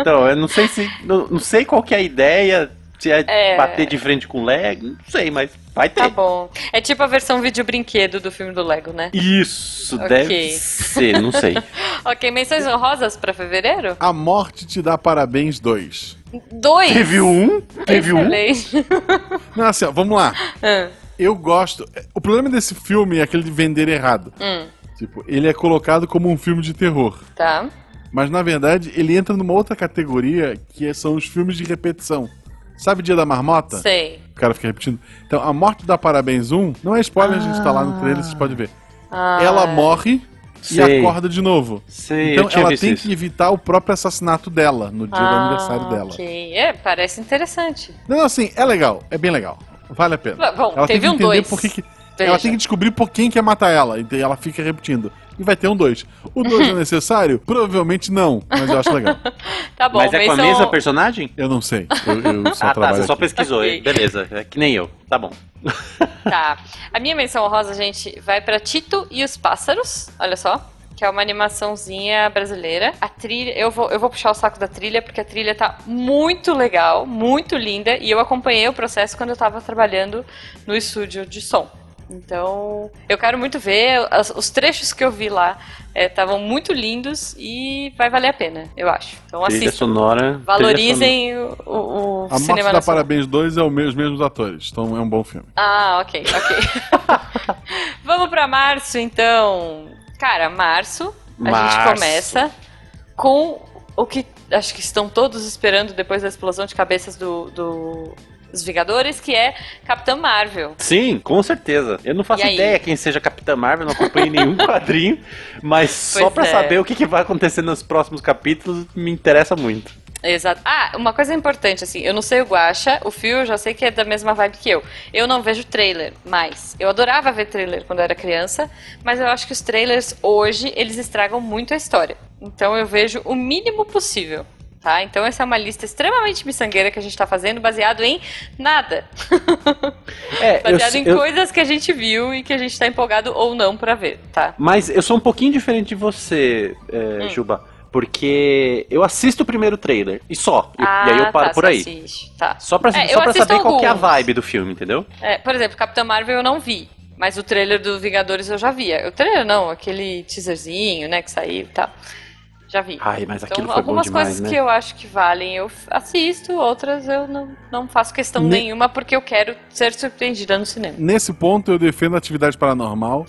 [SPEAKER 3] Então, eu não sei se. Não, não sei qual que é a ideia, se é,
[SPEAKER 1] É.
[SPEAKER 3] bater de frente com o Lego, não sei, mas vai ter.
[SPEAKER 1] Tá bom. É tipo a versão vídeo brinquedo do filme do Lego, né?
[SPEAKER 3] Isso
[SPEAKER 1] Ok.
[SPEAKER 3] deve ser, não sei.
[SPEAKER 1] Ok, menções honrosas pra fevereiro?
[SPEAKER 2] A Morte Te Dá Parabéns 2.
[SPEAKER 1] Dois.
[SPEAKER 3] teve um, teve um.
[SPEAKER 1] Excelente.
[SPEAKER 2] Não, assim, ó, vamos lá.
[SPEAKER 1] Hum,
[SPEAKER 2] Eu gosto. O problema desse filme é aquele de vender errado.
[SPEAKER 1] hum,
[SPEAKER 2] Tipo, ele é colocado como um filme de terror.
[SPEAKER 1] tá.
[SPEAKER 2] Mas na verdade, ele entra numa outra categoria que é- são os filmes de repetição. Sabe Dia da Marmota?
[SPEAKER 1] Sei.
[SPEAKER 2] O cara fica repetindo. Então, a morte da Parabéns 1, não é spoiler, a gente tá lá no trailer, vocês podem ver.
[SPEAKER 1] Ah,
[SPEAKER 2] Ela morre e
[SPEAKER 3] Sei.
[SPEAKER 2] acorda de novo.
[SPEAKER 3] Sei,
[SPEAKER 2] então
[SPEAKER 3] eu tinha
[SPEAKER 2] ela
[SPEAKER 3] visto
[SPEAKER 2] tem
[SPEAKER 3] isso.
[SPEAKER 2] que evitar o próprio assassinato dela no dia do
[SPEAKER 1] ah,
[SPEAKER 2] aniversário dela.
[SPEAKER 1] Ok. É, parece interessante.
[SPEAKER 2] Não, assim, é legal, é bem legal. Vale a pena.
[SPEAKER 1] Ba- bom,
[SPEAKER 2] ela
[SPEAKER 1] teve
[SPEAKER 2] tem que
[SPEAKER 1] um
[SPEAKER 2] entender
[SPEAKER 1] dois.
[SPEAKER 2] por que que-
[SPEAKER 1] Veja.
[SPEAKER 2] Ela tem que descobrir por quem quer matar ela. E ela fica repetindo. E vai ter um 2. O 2 é necessário? Provavelmente não, mas eu acho legal.
[SPEAKER 1] Tá bom,
[SPEAKER 3] mas é com a
[SPEAKER 1] menção-
[SPEAKER 3] mesma personagem?
[SPEAKER 2] Eu não sei. Eu, eu só
[SPEAKER 3] ah, tá,
[SPEAKER 2] trabalho.
[SPEAKER 3] você só
[SPEAKER 2] aqui.
[SPEAKER 3] pesquisou,
[SPEAKER 1] Ok.
[SPEAKER 3] hein? beleza. É que nem eu, tá bom.
[SPEAKER 1] Tá. A minha menção honrosa, gente, vai pra Tito e os Pássaros. Olha só. Que é uma animaçãozinha brasileira. A trilha, eu vou, eu vou puxar o saco da trilha, porque a trilha tá muito legal, muito linda. E eu acompanhei o processo quando eu tava trabalhando no estúdio de som. Então, eu quero muito ver. as- os trechos que eu vi lá eh, estavam muito lindos e vai valer a pena, eu acho. Então,
[SPEAKER 3] Trilha
[SPEAKER 1] assistam.
[SPEAKER 3] sonora. trilha
[SPEAKER 1] Valorizem o, o, o
[SPEAKER 2] A Morte
[SPEAKER 1] cinema
[SPEAKER 2] da
[SPEAKER 1] nacional.
[SPEAKER 2] Parabéns 2 é o me- os mesmos atores, então é um bom filme.
[SPEAKER 1] Ah, ok, ok. Vamos pra março, então. Cara, março, a gente
[SPEAKER 3] Março.
[SPEAKER 1] começa com o que acho que estão todos esperando depois da explosão de cabeças do, do- dos Vingadores, que é Capitã Marvel.
[SPEAKER 3] Sim, com certeza. Eu não faço
[SPEAKER 1] E aí?
[SPEAKER 3] ideia quem seja Capitã Marvel, não acompanho nenhum quadrinho, mas só
[SPEAKER 1] Pois
[SPEAKER 3] pra
[SPEAKER 1] é.
[SPEAKER 3] saber o que, que vai acontecer nos próximos capítulos me interessa muito.
[SPEAKER 1] Exato. Ah, uma coisa importante, assim, eu não sei o Guacha, o Phil eu já sei que é da mesma vibe que eu. Eu não vejo trailer mais. Eu adorava ver trailer quando eu era criança, mas eu acho que os trailers hoje, eles estragam muito a história. Então eu vejo o mínimo possível, tá? Então essa é uma lista extremamente miçangueira que a gente tá fazendo, baseado em nada.
[SPEAKER 3] É, eu,
[SPEAKER 1] baseado em
[SPEAKER 3] eu-
[SPEAKER 1] coisas que a gente viu e que a gente tá empolgado ou não pra ver, tá?
[SPEAKER 3] mas eu sou um pouquinho diferente de você, é,
[SPEAKER 1] Hum.
[SPEAKER 3] Juba, porque eu assisto o primeiro trailer e só. Eu- e aí eu paro
[SPEAKER 1] tá,
[SPEAKER 3] por
[SPEAKER 1] você
[SPEAKER 3] aí.
[SPEAKER 1] assiste, Tá.
[SPEAKER 3] Só pra,
[SPEAKER 1] É, eu
[SPEAKER 3] só pra
[SPEAKER 1] assisto
[SPEAKER 3] saber qual que é a
[SPEAKER 1] alguns.
[SPEAKER 3] vibe do filme, entendeu?
[SPEAKER 1] É, por exemplo, Capitã Marvel eu não vi, mas o trailer do Vingadores eu já via. O trailer não, aquele teaserzinho, né, que saiu e tal. Já vi.
[SPEAKER 3] Ai, mas
[SPEAKER 1] então,
[SPEAKER 3] aquilo foi bom
[SPEAKER 1] algumas
[SPEAKER 3] demais,
[SPEAKER 1] coisas
[SPEAKER 3] né?
[SPEAKER 1] que eu acho que valem eu f- assisto, outras eu não, não faço questão
[SPEAKER 2] Ne-
[SPEAKER 1] nenhuma porque eu quero ser surpreendida no cinema.
[SPEAKER 2] Nesse ponto, eu defendo a atividade paranormal,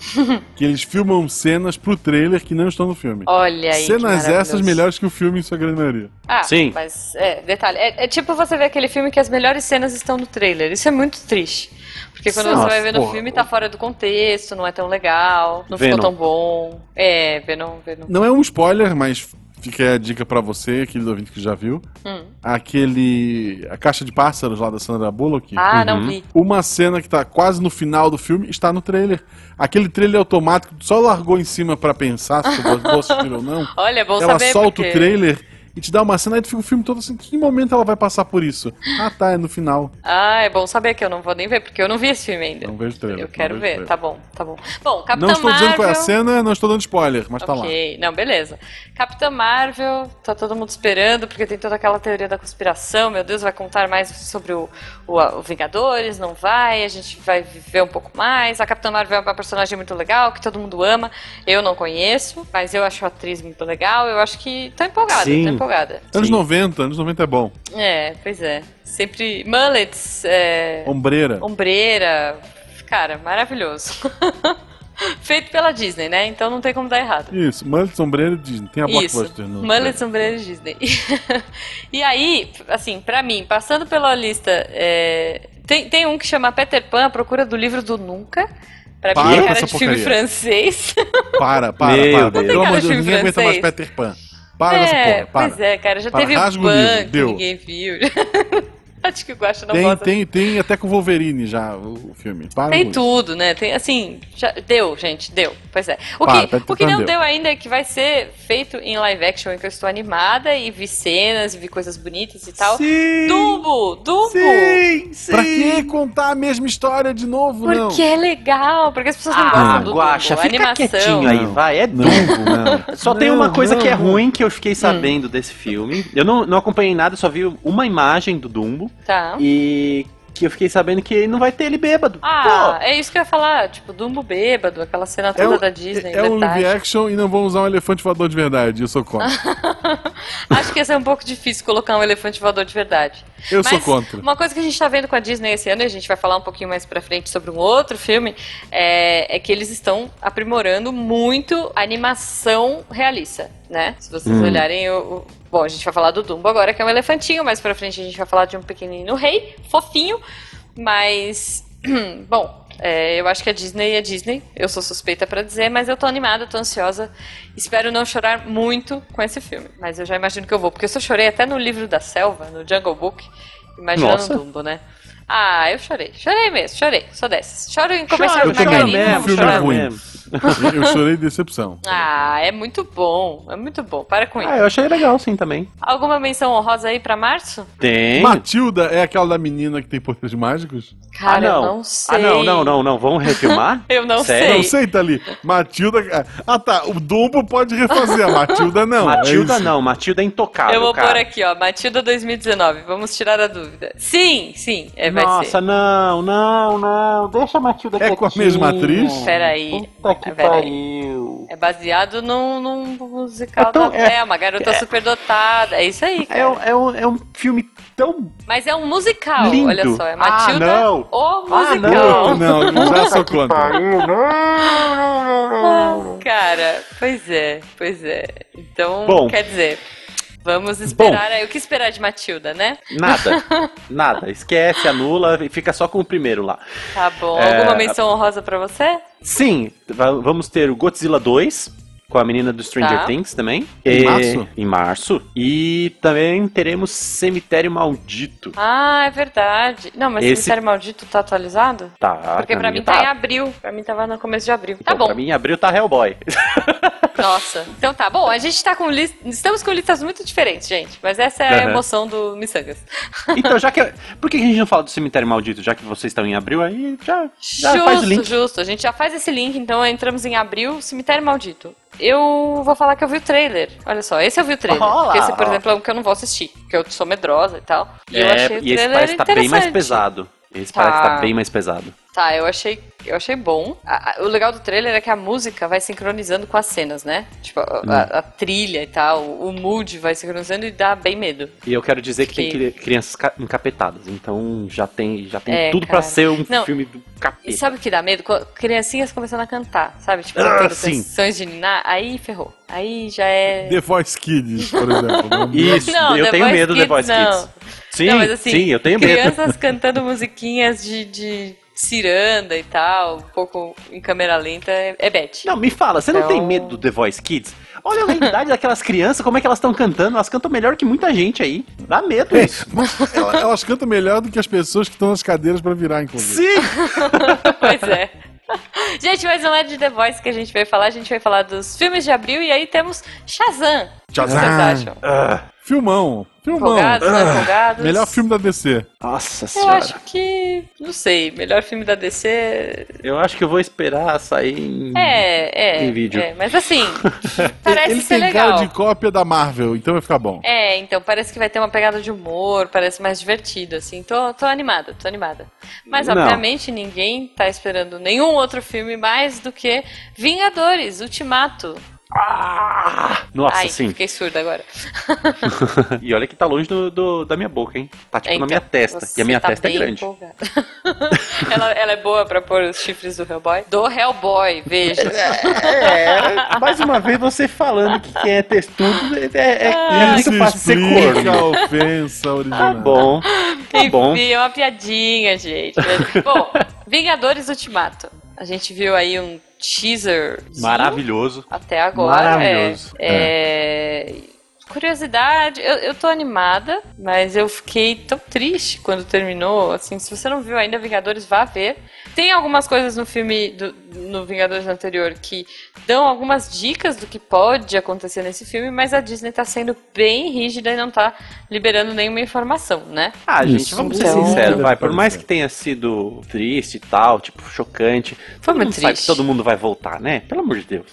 [SPEAKER 2] que eles filmam cenas pro trailer que não estão no filme.
[SPEAKER 1] Olha aí. que
[SPEAKER 2] Cenas essas
[SPEAKER 1] maravilhoso.
[SPEAKER 2] melhores que o filme em sua grande maioria.
[SPEAKER 1] Ah,
[SPEAKER 3] Sim.
[SPEAKER 1] mas é, detalhe. É, é tipo você ver aquele filme que as melhores cenas estão no trailer. Isso é muito triste. Porque quando
[SPEAKER 3] Nossa,
[SPEAKER 1] você vai ver no
[SPEAKER 3] porra.
[SPEAKER 1] filme, tá fora do contexto, não é tão legal, não
[SPEAKER 3] Venom.
[SPEAKER 1] ficou tão bom. É, Venom, Venom.
[SPEAKER 2] Não é um spoiler, mas fica aí a dica pra você, querido ouvinte que já viu.
[SPEAKER 1] Hum.
[SPEAKER 2] Aquele. A caixa de pássaros lá da Sandra Bullock.
[SPEAKER 1] Ah, não
[SPEAKER 3] Uhum.
[SPEAKER 1] vi.
[SPEAKER 2] Uma cena que tá quase no final do filme está no trailer. Aquele trailer automático que tu só largou em cima pra pensar se tu vou assistir ou não.
[SPEAKER 1] Olha, é bom
[SPEAKER 2] ela
[SPEAKER 1] saber
[SPEAKER 2] solta
[SPEAKER 1] porque...
[SPEAKER 2] o trailer e te dá uma cena e tu fica o filme todo assim, que momento ela vai passar por isso? Ah tá, é no final.
[SPEAKER 1] Ah, é bom saber que eu não vou nem ver, porque eu não vi esse filme ainda.
[SPEAKER 2] Não vejo trailer.
[SPEAKER 1] Eu quero
[SPEAKER 2] não vejo
[SPEAKER 1] ver,
[SPEAKER 2] trailer.
[SPEAKER 1] tá bom, tá bom. Bom, Capitã
[SPEAKER 2] Não estou
[SPEAKER 1] Marvel.
[SPEAKER 2] dizendo qual é a cena, não estou dando spoiler, mas tá lá.
[SPEAKER 1] Ok, não, beleza. Capitã Marvel, tá todo mundo esperando, porque tem toda aquela teoria da conspiração. Meu Deus, vai contar mais sobre o, o, o Vingadores? Não vai, a gente vai viver um pouco mais. A Capitã Marvel é uma personagem muito legal, que todo mundo ama. Eu não conheço, mas eu acho a atriz muito legal. Eu acho que. tô empolgada,
[SPEAKER 3] Sim.
[SPEAKER 1] tô empolgada.
[SPEAKER 2] Anos
[SPEAKER 3] Sim.
[SPEAKER 2] 90, anos 90 é bom.
[SPEAKER 1] É, pois é. Sempre. Mullets, é.
[SPEAKER 2] Ombreira.
[SPEAKER 1] Ombreira. Cara, maravilhoso. Feito pela Disney, né? Então não tem como dar errado.
[SPEAKER 2] Isso, Mullets, Ombreira e Disney. Tem a
[SPEAKER 1] Isso,
[SPEAKER 2] é Blockbuster. no-
[SPEAKER 1] Mullets, Ombreira e Disney. e aí, assim, pra mim, passando pela lista, é, tem, tem um que chama Peter Pan, A Procura do Livro do Nunca. Pra
[SPEAKER 2] Para
[SPEAKER 1] mim, é
[SPEAKER 2] com
[SPEAKER 1] cara
[SPEAKER 2] essa
[SPEAKER 1] de filme
[SPEAKER 2] porcaria.
[SPEAKER 1] francês.
[SPEAKER 2] Para, para,
[SPEAKER 3] Meu
[SPEAKER 2] para.
[SPEAKER 3] Deus.
[SPEAKER 2] Pelo amor de
[SPEAKER 1] Tem cara de
[SPEAKER 2] Deus, ninguém aguenta mais
[SPEAKER 1] francês.
[SPEAKER 2] Peter Pan. Para
[SPEAKER 1] é,
[SPEAKER 2] dessa porra, para.
[SPEAKER 1] Pois é, cara, já
[SPEAKER 2] Para,
[SPEAKER 1] teve
[SPEAKER 2] rasga
[SPEAKER 1] o
[SPEAKER 2] o livro,
[SPEAKER 1] Pan, que
[SPEAKER 2] deu.
[SPEAKER 1] ninguém viu. Acho que o Guaxa não
[SPEAKER 2] Tem,
[SPEAKER 1] gosta
[SPEAKER 2] tem, tem até com o Wolverine já o o filme. Para
[SPEAKER 1] Tem
[SPEAKER 2] com
[SPEAKER 1] tudo, né? Tem assim, já deu, gente, deu. Pois é. O
[SPEAKER 2] Para,
[SPEAKER 1] que,
[SPEAKER 2] Peter
[SPEAKER 1] o que
[SPEAKER 2] Pan
[SPEAKER 1] não
[SPEAKER 2] deu.
[SPEAKER 1] deu ainda é que vai ser feito em live action, em que eu estou animada e vi cenas, e vi coisas bonitas e tal.
[SPEAKER 3] Sim!
[SPEAKER 1] Dumbo! Dumbo!
[SPEAKER 3] Sim! Sim!
[SPEAKER 2] Pra que contar a mesma história de novo, não?
[SPEAKER 1] Porque é legal, porque as pessoas não
[SPEAKER 3] Ah,
[SPEAKER 1] gostam do
[SPEAKER 3] Guacha,
[SPEAKER 1] Dumbo. A
[SPEAKER 3] fica
[SPEAKER 1] animação.
[SPEAKER 3] quietinho aí,
[SPEAKER 2] Não.
[SPEAKER 3] vai. É
[SPEAKER 2] Não,
[SPEAKER 3] Dumbo.
[SPEAKER 2] não.
[SPEAKER 3] Só tem
[SPEAKER 2] Não,
[SPEAKER 3] uma coisa
[SPEAKER 2] não,
[SPEAKER 3] que é
[SPEAKER 2] não.
[SPEAKER 3] ruim que eu
[SPEAKER 1] Hum.
[SPEAKER 3] fiquei sabendo desse filme. Eu não, não acompanhei nada, só vi uma imagem do Dumbo
[SPEAKER 1] Tá.
[SPEAKER 3] e que eu fiquei sabendo que não vai ter ele bêbado.
[SPEAKER 1] Ah,
[SPEAKER 3] Pô,
[SPEAKER 1] é isso que eu ia falar, tipo, Dumbo bêbado, aquela cena toda
[SPEAKER 2] o-
[SPEAKER 1] da Disney.
[SPEAKER 2] É um
[SPEAKER 1] metade.
[SPEAKER 2] live action e não vão usar um elefante voador de verdade. Eu sou contra.
[SPEAKER 1] Acho que ia ser um pouco difícil colocar um elefante voador de verdade.
[SPEAKER 2] Eu sou
[SPEAKER 1] Mas
[SPEAKER 2] contra.
[SPEAKER 1] Uma coisa que a gente tá vendo com a Disney esse ano, e a gente vai falar um pouquinho mais pra frente sobre um outro filme, é, é que eles estão aprimorando muito a animação realista, né? Se vocês
[SPEAKER 3] Hum.
[SPEAKER 1] olharem o. o- Bom, a gente vai falar do Dumbo agora, que é um elefantinho, mais pra frente a gente vai falar de um pequenino rei, fofinho, mas. Bom. é, eu acho que a Disney é Disney, eu sou suspeita pra dizer, mas eu tô animada, tô ansiosa. Espero não chorar muito com esse filme, mas eu já imagino que eu vou, porque eu só chorei até no livro da selva, no Jungle Book, imaginando
[SPEAKER 3] Nossa.
[SPEAKER 1] o Dumbo, né? Ah, eu chorei. Chorei mesmo, chorei. Sou dessas. Choro em comercial
[SPEAKER 2] Chora,
[SPEAKER 1] de
[SPEAKER 2] chora
[SPEAKER 1] margarina.
[SPEAKER 3] É,
[SPEAKER 2] mesmo,
[SPEAKER 1] vou
[SPEAKER 2] Um filme
[SPEAKER 1] chorar.
[SPEAKER 2] ruim. Eu chorei de decepção.
[SPEAKER 1] Ah, é muito bom. É muito bom. Para com isso.
[SPEAKER 3] Ah, eu achei legal sim também.
[SPEAKER 1] Alguma menção honrosa aí pra março?
[SPEAKER 3] Tem.
[SPEAKER 2] Matilda é aquela da menina que tem poderes mágicos?
[SPEAKER 1] Cara,
[SPEAKER 3] ah,
[SPEAKER 1] eu
[SPEAKER 3] não.
[SPEAKER 1] não sei.
[SPEAKER 3] Ah, não, não, não, não. Vamos refilmar?
[SPEAKER 1] Eu não
[SPEAKER 3] Sério?
[SPEAKER 2] Não
[SPEAKER 1] sei.
[SPEAKER 2] sei, tá ali. Matilda. Ah, tá. O Dumbo pode refazer. A Matilda não.
[SPEAKER 3] Matilda
[SPEAKER 2] é isso.
[SPEAKER 3] não, Matilda é intocável,
[SPEAKER 1] eu vou
[SPEAKER 3] cara.
[SPEAKER 1] pôr aqui, ó. Matilda 2019. Vamos tirar a dúvida. Sim, sim. É, vai
[SPEAKER 3] Nossa,
[SPEAKER 1] ser.
[SPEAKER 3] não, não, não. Deixa a Matilda
[SPEAKER 2] É com a
[SPEAKER 3] quietinha.
[SPEAKER 2] mesma atriz?
[SPEAKER 1] Peraí,
[SPEAKER 3] Puta que
[SPEAKER 1] peraí.
[SPEAKER 3] pariu.
[SPEAKER 1] É baseado num, num musical
[SPEAKER 3] Então,
[SPEAKER 1] da
[SPEAKER 3] é-
[SPEAKER 1] Thelma, garota superdotada. É isso aí, cara.
[SPEAKER 3] É, um- é um, é um filme tão.
[SPEAKER 1] Mas é um musical,
[SPEAKER 3] Lindo.
[SPEAKER 1] olha só. É
[SPEAKER 3] Ah,
[SPEAKER 1] Matilda
[SPEAKER 3] não.
[SPEAKER 1] ou
[SPEAKER 3] Ah,
[SPEAKER 1] musical.
[SPEAKER 2] Não, não, já sou contra.
[SPEAKER 3] Não, não, não, não.
[SPEAKER 1] Cara, pois é, pois é. Então,
[SPEAKER 3] Bom.
[SPEAKER 1] quer dizer, vamos esperar aí. O que esperar de Matilda, né?
[SPEAKER 3] Nada, nada. Esquece, anula e fica só com o primeiro lá.
[SPEAKER 1] Tá bom.
[SPEAKER 3] É.
[SPEAKER 1] Alguma menção honrosa pra você?
[SPEAKER 3] Sim, va- vamos ter o Godzilla 2 com a menina do Stranger
[SPEAKER 1] Tá.
[SPEAKER 3] Things também.
[SPEAKER 2] Em
[SPEAKER 3] E-
[SPEAKER 2] março?
[SPEAKER 3] Em março. E também teremos Cemitério Maldito.
[SPEAKER 1] Ah, é verdade. Não, mas o
[SPEAKER 3] Esse-
[SPEAKER 1] Ministério Maldito tá atualizado?
[SPEAKER 3] Tá.
[SPEAKER 1] Porque pra mim
[SPEAKER 3] minha
[SPEAKER 1] tá em abril. Pra mim tava no começo de abril.
[SPEAKER 3] Então,
[SPEAKER 1] tá bom.
[SPEAKER 3] Pra mim, em abril tá Hellboy.
[SPEAKER 1] Nossa. Então tá bom. A gente tá com listas. Estamos com listas muito diferentes, gente. Mas essa é a
[SPEAKER 3] Aham.
[SPEAKER 1] emoção do Missangas.
[SPEAKER 3] então, já que. Por que a gente não fala do Cemitério Maldito? Já que vocês estão em abril, aí já, já
[SPEAKER 1] justo,
[SPEAKER 3] faz o link.
[SPEAKER 1] justo. A gente já faz esse link, então entramos em abril, Cemitério Maldito. Eu vou falar que eu vi o trailer. Olha só, esse eu vi o trailer.
[SPEAKER 3] Olá,
[SPEAKER 1] porque esse, por
[SPEAKER 3] ó.
[SPEAKER 1] exemplo, é um que eu não vou assistir, porque eu sou medrosa e tal. E eu achei o
[SPEAKER 3] e esse
[SPEAKER 1] trailer
[SPEAKER 3] parece que tá bem mais
[SPEAKER 1] interessante.
[SPEAKER 3] pesado. Esse
[SPEAKER 1] Tá.
[SPEAKER 3] parece que tá bem mais pesado.
[SPEAKER 1] Tá, eu achei, eu achei bom. A- a- o legal do trailer é que a música vai sincronizando com as cenas, né? Tipo, a, a-
[SPEAKER 3] Hum.
[SPEAKER 1] a trilha e tal, o, o mood vai sincronizando e dá bem medo.
[SPEAKER 3] E eu quero dizer que tem
[SPEAKER 1] Fiquei.
[SPEAKER 3] cri- crianças ca- encapetadas, então já tem, já tem
[SPEAKER 1] É,
[SPEAKER 3] tudo pra
[SPEAKER 1] cara.
[SPEAKER 3] ser um
[SPEAKER 1] Não. é-
[SPEAKER 3] filme do
[SPEAKER 1] E
[SPEAKER 3] capeta.
[SPEAKER 1] sabe o que dá medo? Quando criancinhas começando a cantar, sabe? Tipo,
[SPEAKER 3] Ah,
[SPEAKER 1] cantando
[SPEAKER 3] sim.
[SPEAKER 1] canções de Niná, aí ferrou. Aí já é.
[SPEAKER 2] The Voice Kids, por exemplo.
[SPEAKER 3] Isso,
[SPEAKER 1] Não,
[SPEAKER 3] eu
[SPEAKER 1] The
[SPEAKER 3] tenho
[SPEAKER 1] Voice
[SPEAKER 3] medo do The
[SPEAKER 1] Kids,
[SPEAKER 3] Voice
[SPEAKER 1] não.
[SPEAKER 3] Kids. Sim,
[SPEAKER 1] Não, mas assim,
[SPEAKER 3] sim, eu tenho medo.
[SPEAKER 1] Crianças cantando musiquinhas de, de ciranda e tal, um pouco em câmera lenta, é, é bad.
[SPEAKER 3] Não, me fala, você não
[SPEAKER 1] Então-
[SPEAKER 3] tem medo do The Voice Kids? Olha a realidade daquelas crianças, como é que elas estão cantando, elas cantam melhor que muita gente aí. Dá medo isso.
[SPEAKER 2] Ela- Elas cantam melhor do que as pessoas que estão nas cadeiras pra virar, inclusive.
[SPEAKER 3] Sim!
[SPEAKER 1] Pois é. Gente, mas não é de The Voice que a gente vai falar, a gente vai falar dos filmes de abril e aí temos Shazam.
[SPEAKER 2] Shazam!
[SPEAKER 1] O que vocês acham?
[SPEAKER 3] Ah,
[SPEAKER 2] Filmão. Filmão. Ah.
[SPEAKER 1] Folgados, não é folgados?
[SPEAKER 2] Melhor filme da DC.
[SPEAKER 3] nossa
[SPEAKER 1] Eu
[SPEAKER 3] senhora.
[SPEAKER 1] acho que. Não sei, melhor filme da DC.
[SPEAKER 3] Eu acho que eu vou esperar sair em...
[SPEAKER 1] É, é.
[SPEAKER 3] Em vídeo.
[SPEAKER 1] é, mas assim, parece
[SPEAKER 2] Ele
[SPEAKER 1] ser
[SPEAKER 2] tem
[SPEAKER 1] legal.
[SPEAKER 2] cara de cópia da Marvel, então vai ficar bom.
[SPEAKER 1] É, então parece que vai ter uma pegada de humor, parece mais divertido, assim. Tô, tô animada, tô animada. Mas,
[SPEAKER 3] Não.
[SPEAKER 1] obviamente, ninguém tá esperando nenhum outro filme mais do que Vingadores, Ultimato.
[SPEAKER 3] Ah, nossa,
[SPEAKER 1] Ai,
[SPEAKER 3] sim.
[SPEAKER 1] fiquei surda agora.
[SPEAKER 3] E olha que tá longe do, do- da minha boca, hein? Tá tipo
[SPEAKER 1] É,
[SPEAKER 3] na minha
[SPEAKER 1] então,
[SPEAKER 3] testa. E
[SPEAKER 1] você
[SPEAKER 3] a minha
[SPEAKER 1] tá
[SPEAKER 3] testa é
[SPEAKER 1] bem
[SPEAKER 3] grande.
[SPEAKER 1] empolgada. ela, ela é boa pra pôr os chifres do Hellboy? Do Hellboy, veja.
[SPEAKER 3] É, mais uma vez você falando que quem é testudo é, é,
[SPEAKER 1] Ah.
[SPEAKER 3] é
[SPEAKER 2] Isso
[SPEAKER 3] que passa ser
[SPEAKER 2] explica
[SPEAKER 3] corno.
[SPEAKER 2] a ofensa original.
[SPEAKER 3] Tá bom, tá bom.
[SPEAKER 1] Enfim, é uma piadinha, gente. Mas, Bom, Vingadores Ultimato. A gente viu aí um teaser
[SPEAKER 3] Maravilhoso.
[SPEAKER 1] até agora.
[SPEAKER 3] Maravilhoso.
[SPEAKER 1] É, é, Curiosidade, eu, eu tô animada, mas eu fiquei tão triste quando terminou. Assim, se você não viu ainda Vingadores, vá ver. Tem algumas coisas no filme, do- no Vingadores anterior, que dão algumas dicas do que pode acontecer nesse filme, mas a Disney tá sendo bem rígida e não tá liberando nenhuma informação, né?
[SPEAKER 3] Ah, gente,
[SPEAKER 2] Isso, é um
[SPEAKER 3] vamos
[SPEAKER 1] então-
[SPEAKER 3] ser sinceros, vai. Por
[SPEAKER 2] Deve
[SPEAKER 3] mais
[SPEAKER 2] parecer.
[SPEAKER 3] que tenha sido triste e tal, tipo, chocante, todo
[SPEAKER 1] Foi
[SPEAKER 3] mundo sabe
[SPEAKER 1] triste.
[SPEAKER 3] que todo mundo vai voltar, né? Pelo amor de Deus.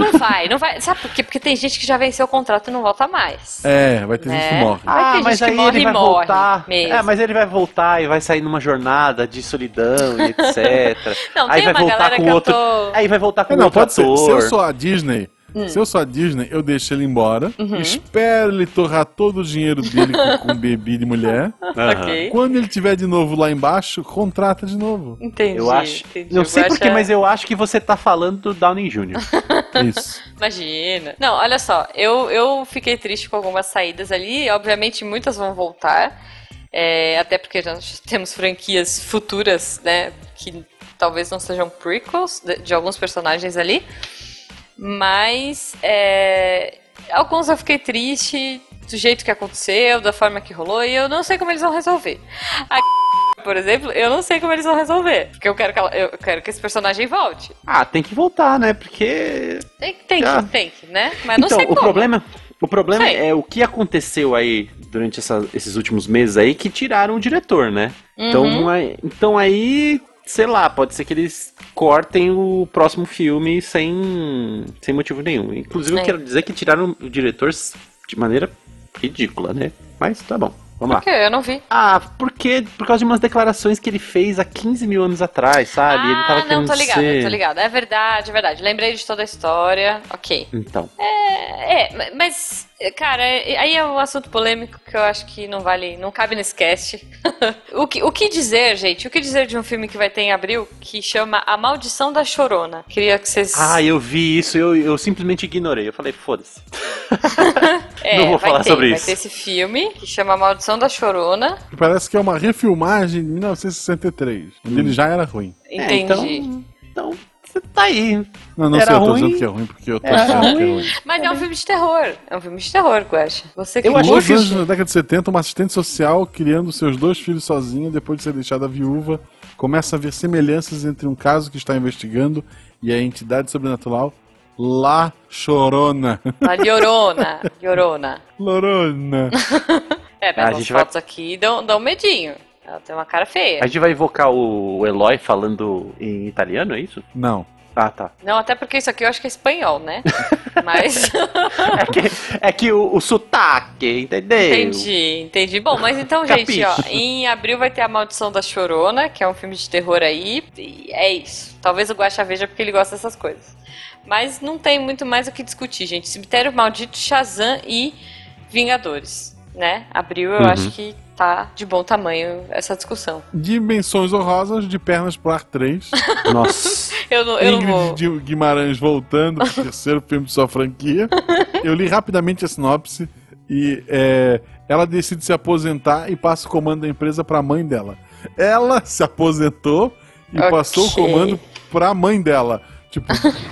[SPEAKER 1] Não vai, não vai. Sabe por quê? Porque tem gente que já venceu o contrato e não volta mais.
[SPEAKER 2] É, vai ter gente que
[SPEAKER 1] Né?
[SPEAKER 2] morre.
[SPEAKER 1] Vai
[SPEAKER 3] Ah,
[SPEAKER 1] ter gente que morre e morre mesmo.
[SPEAKER 3] É, mas ele vai voltar e vai sair numa jornada de solidão e etc.
[SPEAKER 1] Não,
[SPEAKER 3] aí
[SPEAKER 1] tem
[SPEAKER 3] vai
[SPEAKER 1] uma
[SPEAKER 3] voltar
[SPEAKER 1] galera
[SPEAKER 3] com
[SPEAKER 1] que eu
[SPEAKER 3] outro.
[SPEAKER 1] tô-
[SPEAKER 3] Aí vai voltar com
[SPEAKER 2] É, não,
[SPEAKER 3] outro
[SPEAKER 2] pode ser.
[SPEAKER 3] ator.
[SPEAKER 2] Se eu sou a Disney,
[SPEAKER 3] Hum.
[SPEAKER 2] se eu sou a Disney, eu deixo ele embora,
[SPEAKER 3] Uhum.
[SPEAKER 2] espero ele torrar todo o dinheiro dele com, com bebida e mulher.
[SPEAKER 3] Aham.
[SPEAKER 1] Ok.
[SPEAKER 2] Quando ele tiver de novo lá embaixo, contrata de novo.
[SPEAKER 1] Entendi.
[SPEAKER 3] Eu acho.
[SPEAKER 1] entendi. é-
[SPEAKER 3] Não sei
[SPEAKER 1] Vou
[SPEAKER 3] porquê,
[SPEAKER 1] achar-
[SPEAKER 3] mas eu acho que você tá falando do Downey Jr. É
[SPEAKER 2] Isso.
[SPEAKER 1] Imagina. Não, olha só, eu, eu fiquei triste com algumas saídas ali, obviamente muitas vão voltar, é, até porque já temos franquias futuras, né, que talvez não sejam prequels de, de alguns personagens ali, mas é, alguns eu fiquei triste do jeito que aconteceu, da forma que rolou, e eu não sei como eles vão resolver. A por exemplo, eu não sei como eles vão resolver, porque eu quero que, ela- eu quero que esse personagem volte.
[SPEAKER 3] ah, tem que voltar, né? Porque.
[SPEAKER 1] Tem, que- tem
[SPEAKER 3] Ah.
[SPEAKER 1] que, tem que, né? Mas não
[SPEAKER 3] então,
[SPEAKER 1] sei
[SPEAKER 3] o
[SPEAKER 1] como.
[SPEAKER 3] problema. O problema
[SPEAKER 1] Sei.
[SPEAKER 3] é o que aconteceu aí durante essa- esses últimos meses aí que tiraram o diretor, né?
[SPEAKER 1] Uhum.
[SPEAKER 3] Então, aí, então aí, sei lá, pode ser que eles cortem o próximo filme sem, sem motivo nenhum. Inclusive,
[SPEAKER 1] É.
[SPEAKER 3] eu quero dizer que tiraram o diretor de maneira ridícula, né? Mas tá bom, vamos lá.
[SPEAKER 1] Por quê? Eu não vi.
[SPEAKER 3] Ah, porque por causa de umas declarações que ele fez há 15 mil anos atrás, sabe? ele tava
[SPEAKER 1] ah, não,
[SPEAKER 3] querendo
[SPEAKER 1] tô ligada,
[SPEAKER 3] ser...
[SPEAKER 1] tô ligada. É verdade, é verdade. Lembrei de toda a história. Ok.
[SPEAKER 3] Então,
[SPEAKER 1] É, é, mas, cara, é- aí é um assunto polêmico que eu acho que não vale, não cabe nesse cast. o, que, o que dizer, gente? O que dizer de um filme que vai ter em abril que chama A Maldição da Chorona? Queria que vocês.
[SPEAKER 3] ah, eu vi isso, eu, eu simplesmente ignorei. Eu falei, foda-se.
[SPEAKER 1] É,
[SPEAKER 3] não vou
[SPEAKER 1] vai
[SPEAKER 3] falar
[SPEAKER 1] ter,
[SPEAKER 3] sobre
[SPEAKER 1] vai
[SPEAKER 3] isso.
[SPEAKER 1] Vai ter esse filme que chama A Maldição da Chorona.
[SPEAKER 2] Que Parece que é uma refilmagem de 1963. onde
[SPEAKER 3] Hum.
[SPEAKER 2] Ele já era ruim.
[SPEAKER 1] Entendi.
[SPEAKER 3] então, então, você tá aí.
[SPEAKER 2] Não, não
[SPEAKER 3] Era
[SPEAKER 2] sei, eu tô
[SPEAKER 3] ruim.
[SPEAKER 2] dizendo que é ruim, porque eu tô
[SPEAKER 3] Era
[SPEAKER 2] achando que é
[SPEAKER 3] ruim.
[SPEAKER 2] ruim.
[SPEAKER 1] Mas é um filme de terror. É um filme de terror, Guacha. Você que
[SPEAKER 3] Eu
[SPEAKER 2] Nos
[SPEAKER 3] achei
[SPEAKER 1] curte-
[SPEAKER 3] que-
[SPEAKER 2] anos da década de 70, uma assistente social criando seus dois filhos sozinha depois de ser deixada viúva, começa a ver semelhanças entre um caso que está investigando e a entidade sobrenatural La Chorona.
[SPEAKER 1] A Llorona. Llorona.
[SPEAKER 2] Lorona.
[SPEAKER 1] É,
[SPEAKER 3] Ah, a
[SPEAKER 1] mas as
[SPEAKER 3] gente vai-
[SPEAKER 1] fotos aqui dão, dão medinho. Ela tem uma cara feia.
[SPEAKER 3] A gente vai invocar o Eloy falando em italiano, é isso?
[SPEAKER 2] Não.
[SPEAKER 3] Ah, tá.
[SPEAKER 1] Não, até porque isso aqui eu acho que é espanhol, né? Mas.
[SPEAKER 3] É que, é que o, o sotaque, entendeu?
[SPEAKER 1] Entendi, entendi. Bom, mas então, gente, ó,
[SPEAKER 3] Capiche.
[SPEAKER 1] em abril vai ter A Maldição da Chorona, que é um filme de terror aí, e é isso. Talvez o Guaxa veja porque ele gosta dessas coisas. Mas não tem muito mais o que discutir, gente. Cemitério Maldito, Shazam e Vingadores, né? Abril eu
[SPEAKER 3] Uhum.
[SPEAKER 1] acho que tá de bom tamanho essa discussão.
[SPEAKER 2] De menções honrosas, de pernas pro ar 3.
[SPEAKER 3] Nossa.
[SPEAKER 1] Eu não, eu não vou...
[SPEAKER 2] Ingrid de Guimarães voltando, pro terceiro filme de sua franquia. Eu li rapidamente a sinopse e é, ela decide se aposentar e passa o comando da empresa pra mãe dela. Ela se aposentou e
[SPEAKER 1] Ok.
[SPEAKER 2] passou o comando pra mãe dela. Tipo,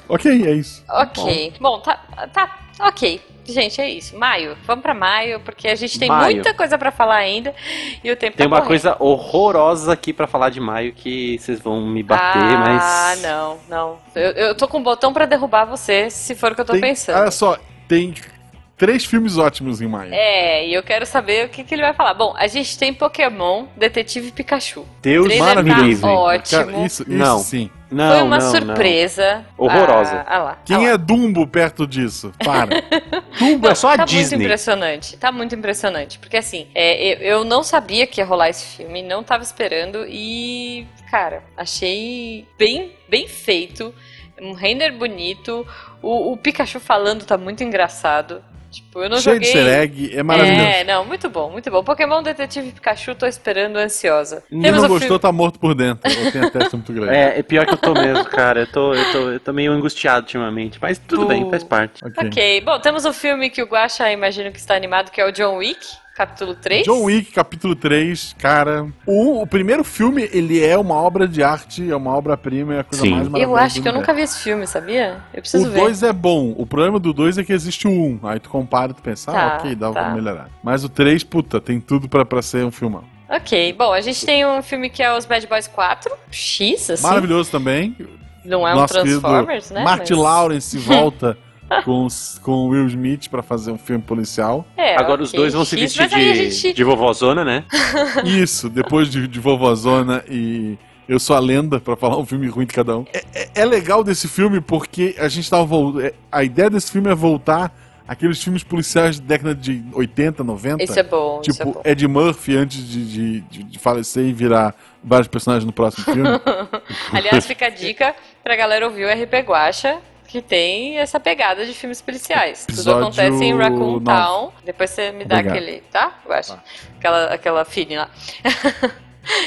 [SPEAKER 2] ok, é isso.
[SPEAKER 1] Ok. Bom, tá, tá. Ok. Gente, é isso. Maio. Vamos pra maio, porque a gente tem
[SPEAKER 3] Maio.
[SPEAKER 1] muita coisa pra falar ainda e o tempo
[SPEAKER 3] Tem
[SPEAKER 1] tá
[SPEAKER 3] uma
[SPEAKER 1] correndo.
[SPEAKER 3] coisa horrorosa aqui pra falar de maio que vocês vão me bater,
[SPEAKER 1] ah,
[SPEAKER 3] mas.
[SPEAKER 1] não, não. Eu, eu tô com um botão pra derrubar você, se for o que eu tô
[SPEAKER 2] Tem-
[SPEAKER 1] pensando.
[SPEAKER 3] Ah,
[SPEAKER 2] Olha só, tem três filmes ótimos em maio.
[SPEAKER 1] É, e eu quero saber o que, que ele vai falar. Bom, a gente tem Pokémon, Detetive Pikachu.
[SPEAKER 3] Deus
[SPEAKER 1] Trailer
[SPEAKER 3] me
[SPEAKER 1] tá
[SPEAKER 3] livre.
[SPEAKER 1] ótimo.
[SPEAKER 2] Cara, isso, isso
[SPEAKER 3] Não.
[SPEAKER 2] sim.
[SPEAKER 3] Não,
[SPEAKER 1] Foi uma
[SPEAKER 3] não, não.
[SPEAKER 1] surpresa.
[SPEAKER 3] Horrorosa.
[SPEAKER 1] Ah, ah lá. ah
[SPEAKER 2] Quem
[SPEAKER 1] lá.
[SPEAKER 2] é Dumbo perto disso? Para.
[SPEAKER 3] Tumba, é só
[SPEAKER 1] tá
[SPEAKER 3] a
[SPEAKER 1] muito
[SPEAKER 3] Disney.
[SPEAKER 1] impressionante, tá muito impressionante. Porque assim, é, eu, eu não sabia que ia rolar esse filme, não tava esperando e, cara, achei bem, bem feito, um render bonito, o, o Pikachu falando tá muito engraçado. Tipo, eu não
[SPEAKER 2] Cheio de
[SPEAKER 1] joguei.
[SPEAKER 2] easter egg, é maravilhoso.
[SPEAKER 1] É, não, muito bom, muito bom. Pokémon Detetive Pikachu, tô esperando ansiosa.
[SPEAKER 3] Não
[SPEAKER 2] Quem não
[SPEAKER 1] o
[SPEAKER 2] gostou
[SPEAKER 1] filme-
[SPEAKER 2] tá morto por dentro. Ou tem a testa muito grande.
[SPEAKER 3] É, é pior que eu tô mesmo, cara. Eu tô, eu tô, eu tô meio angustiado ultimamente. Mas tudo
[SPEAKER 1] Tu-
[SPEAKER 3] bem, faz parte.
[SPEAKER 2] tá Ok.
[SPEAKER 1] Ok, bom, temos o filme que o Guaxa imagino que está animado, que é o John Wick, capítulo 3.
[SPEAKER 2] John Wick, capítulo 3, cara. O, o primeiro filme, ele é uma obra de arte, é uma obra-prima, é a coisa
[SPEAKER 3] Sim.
[SPEAKER 2] mais
[SPEAKER 1] Eu
[SPEAKER 2] maravilhosa.
[SPEAKER 1] acho
[SPEAKER 2] do
[SPEAKER 1] que eu nunca
[SPEAKER 2] universo.
[SPEAKER 1] vi esse filme, sabia? Eu preciso
[SPEAKER 2] O
[SPEAKER 1] ver.
[SPEAKER 2] 2 é bom, o problema do 2 é que existe o 1. Um. Aí tu compara e tu pensa, ah,
[SPEAKER 1] Tá,
[SPEAKER 2] ok, dá
[SPEAKER 1] tá.
[SPEAKER 2] pra melhorar. Mas o 3, puta, tem tudo pra, pra ser um filmão.
[SPEAKER 1] Ok, bom, a gente tem um filme que é os Bad Boys 4, X, assim.
[SPEAKER 2] Maravilhoso também.
[SPEAKER 1] Não é um
[SPEAKER 2] Nosso querido
[SPEAKER 1] Transformers, né?
[SPEAKER 2] Martin
[SPEAKER 1] Mas-
[SPEAKER 2] Lawrence volta com, os- com o Will Smith pra fazer um filme policial.
[SPEAKER 1] É, ok,
[SPEAKER 3] Agora os dois vão se
[SPEAKER 1] X,
[SPEAKER 3] vestir
[SPEAKER 1] mas aí a
[SPEAKER 3] de,
[SPEAKER 1] gente-
[SPEAKER 3] de vovozona, né?
[SPEAKER 2] Isso, depois de, de Vovozona e Eu Sou a Lenda, pra falar um filme ruim de cada um. É, é- é legal desse filme porque a gente tava. vol- é, A ideia desse filme é voltar aqueles filmes policiais da década de 80, 90.
[SPEAKER 1] Isso é bom, isso é
[SPEAKER 2] Tipo,
[SPEAKER 1] bom.
[SPEAKER 2] Ed Murphy antes de, de, de- de falecer e virar vários personagens no próximo filme.
[SPEAKER 1] Aliás, fica a dica pra galera ouvir o RP Guacha, que tem essa pegada de filmes policiais.
[SPEAKER 2] Episódio
[SPEAKER 1] Tudo acontece em Raccoon
[SPEAKER 2] nove.
[SPEAKER 1] Town. Depois você me dá
[SPEAKER 2] Obrigado.
[SPEAKER 1] aquele, tá? Guacha. Aquela, aquela feeling lá.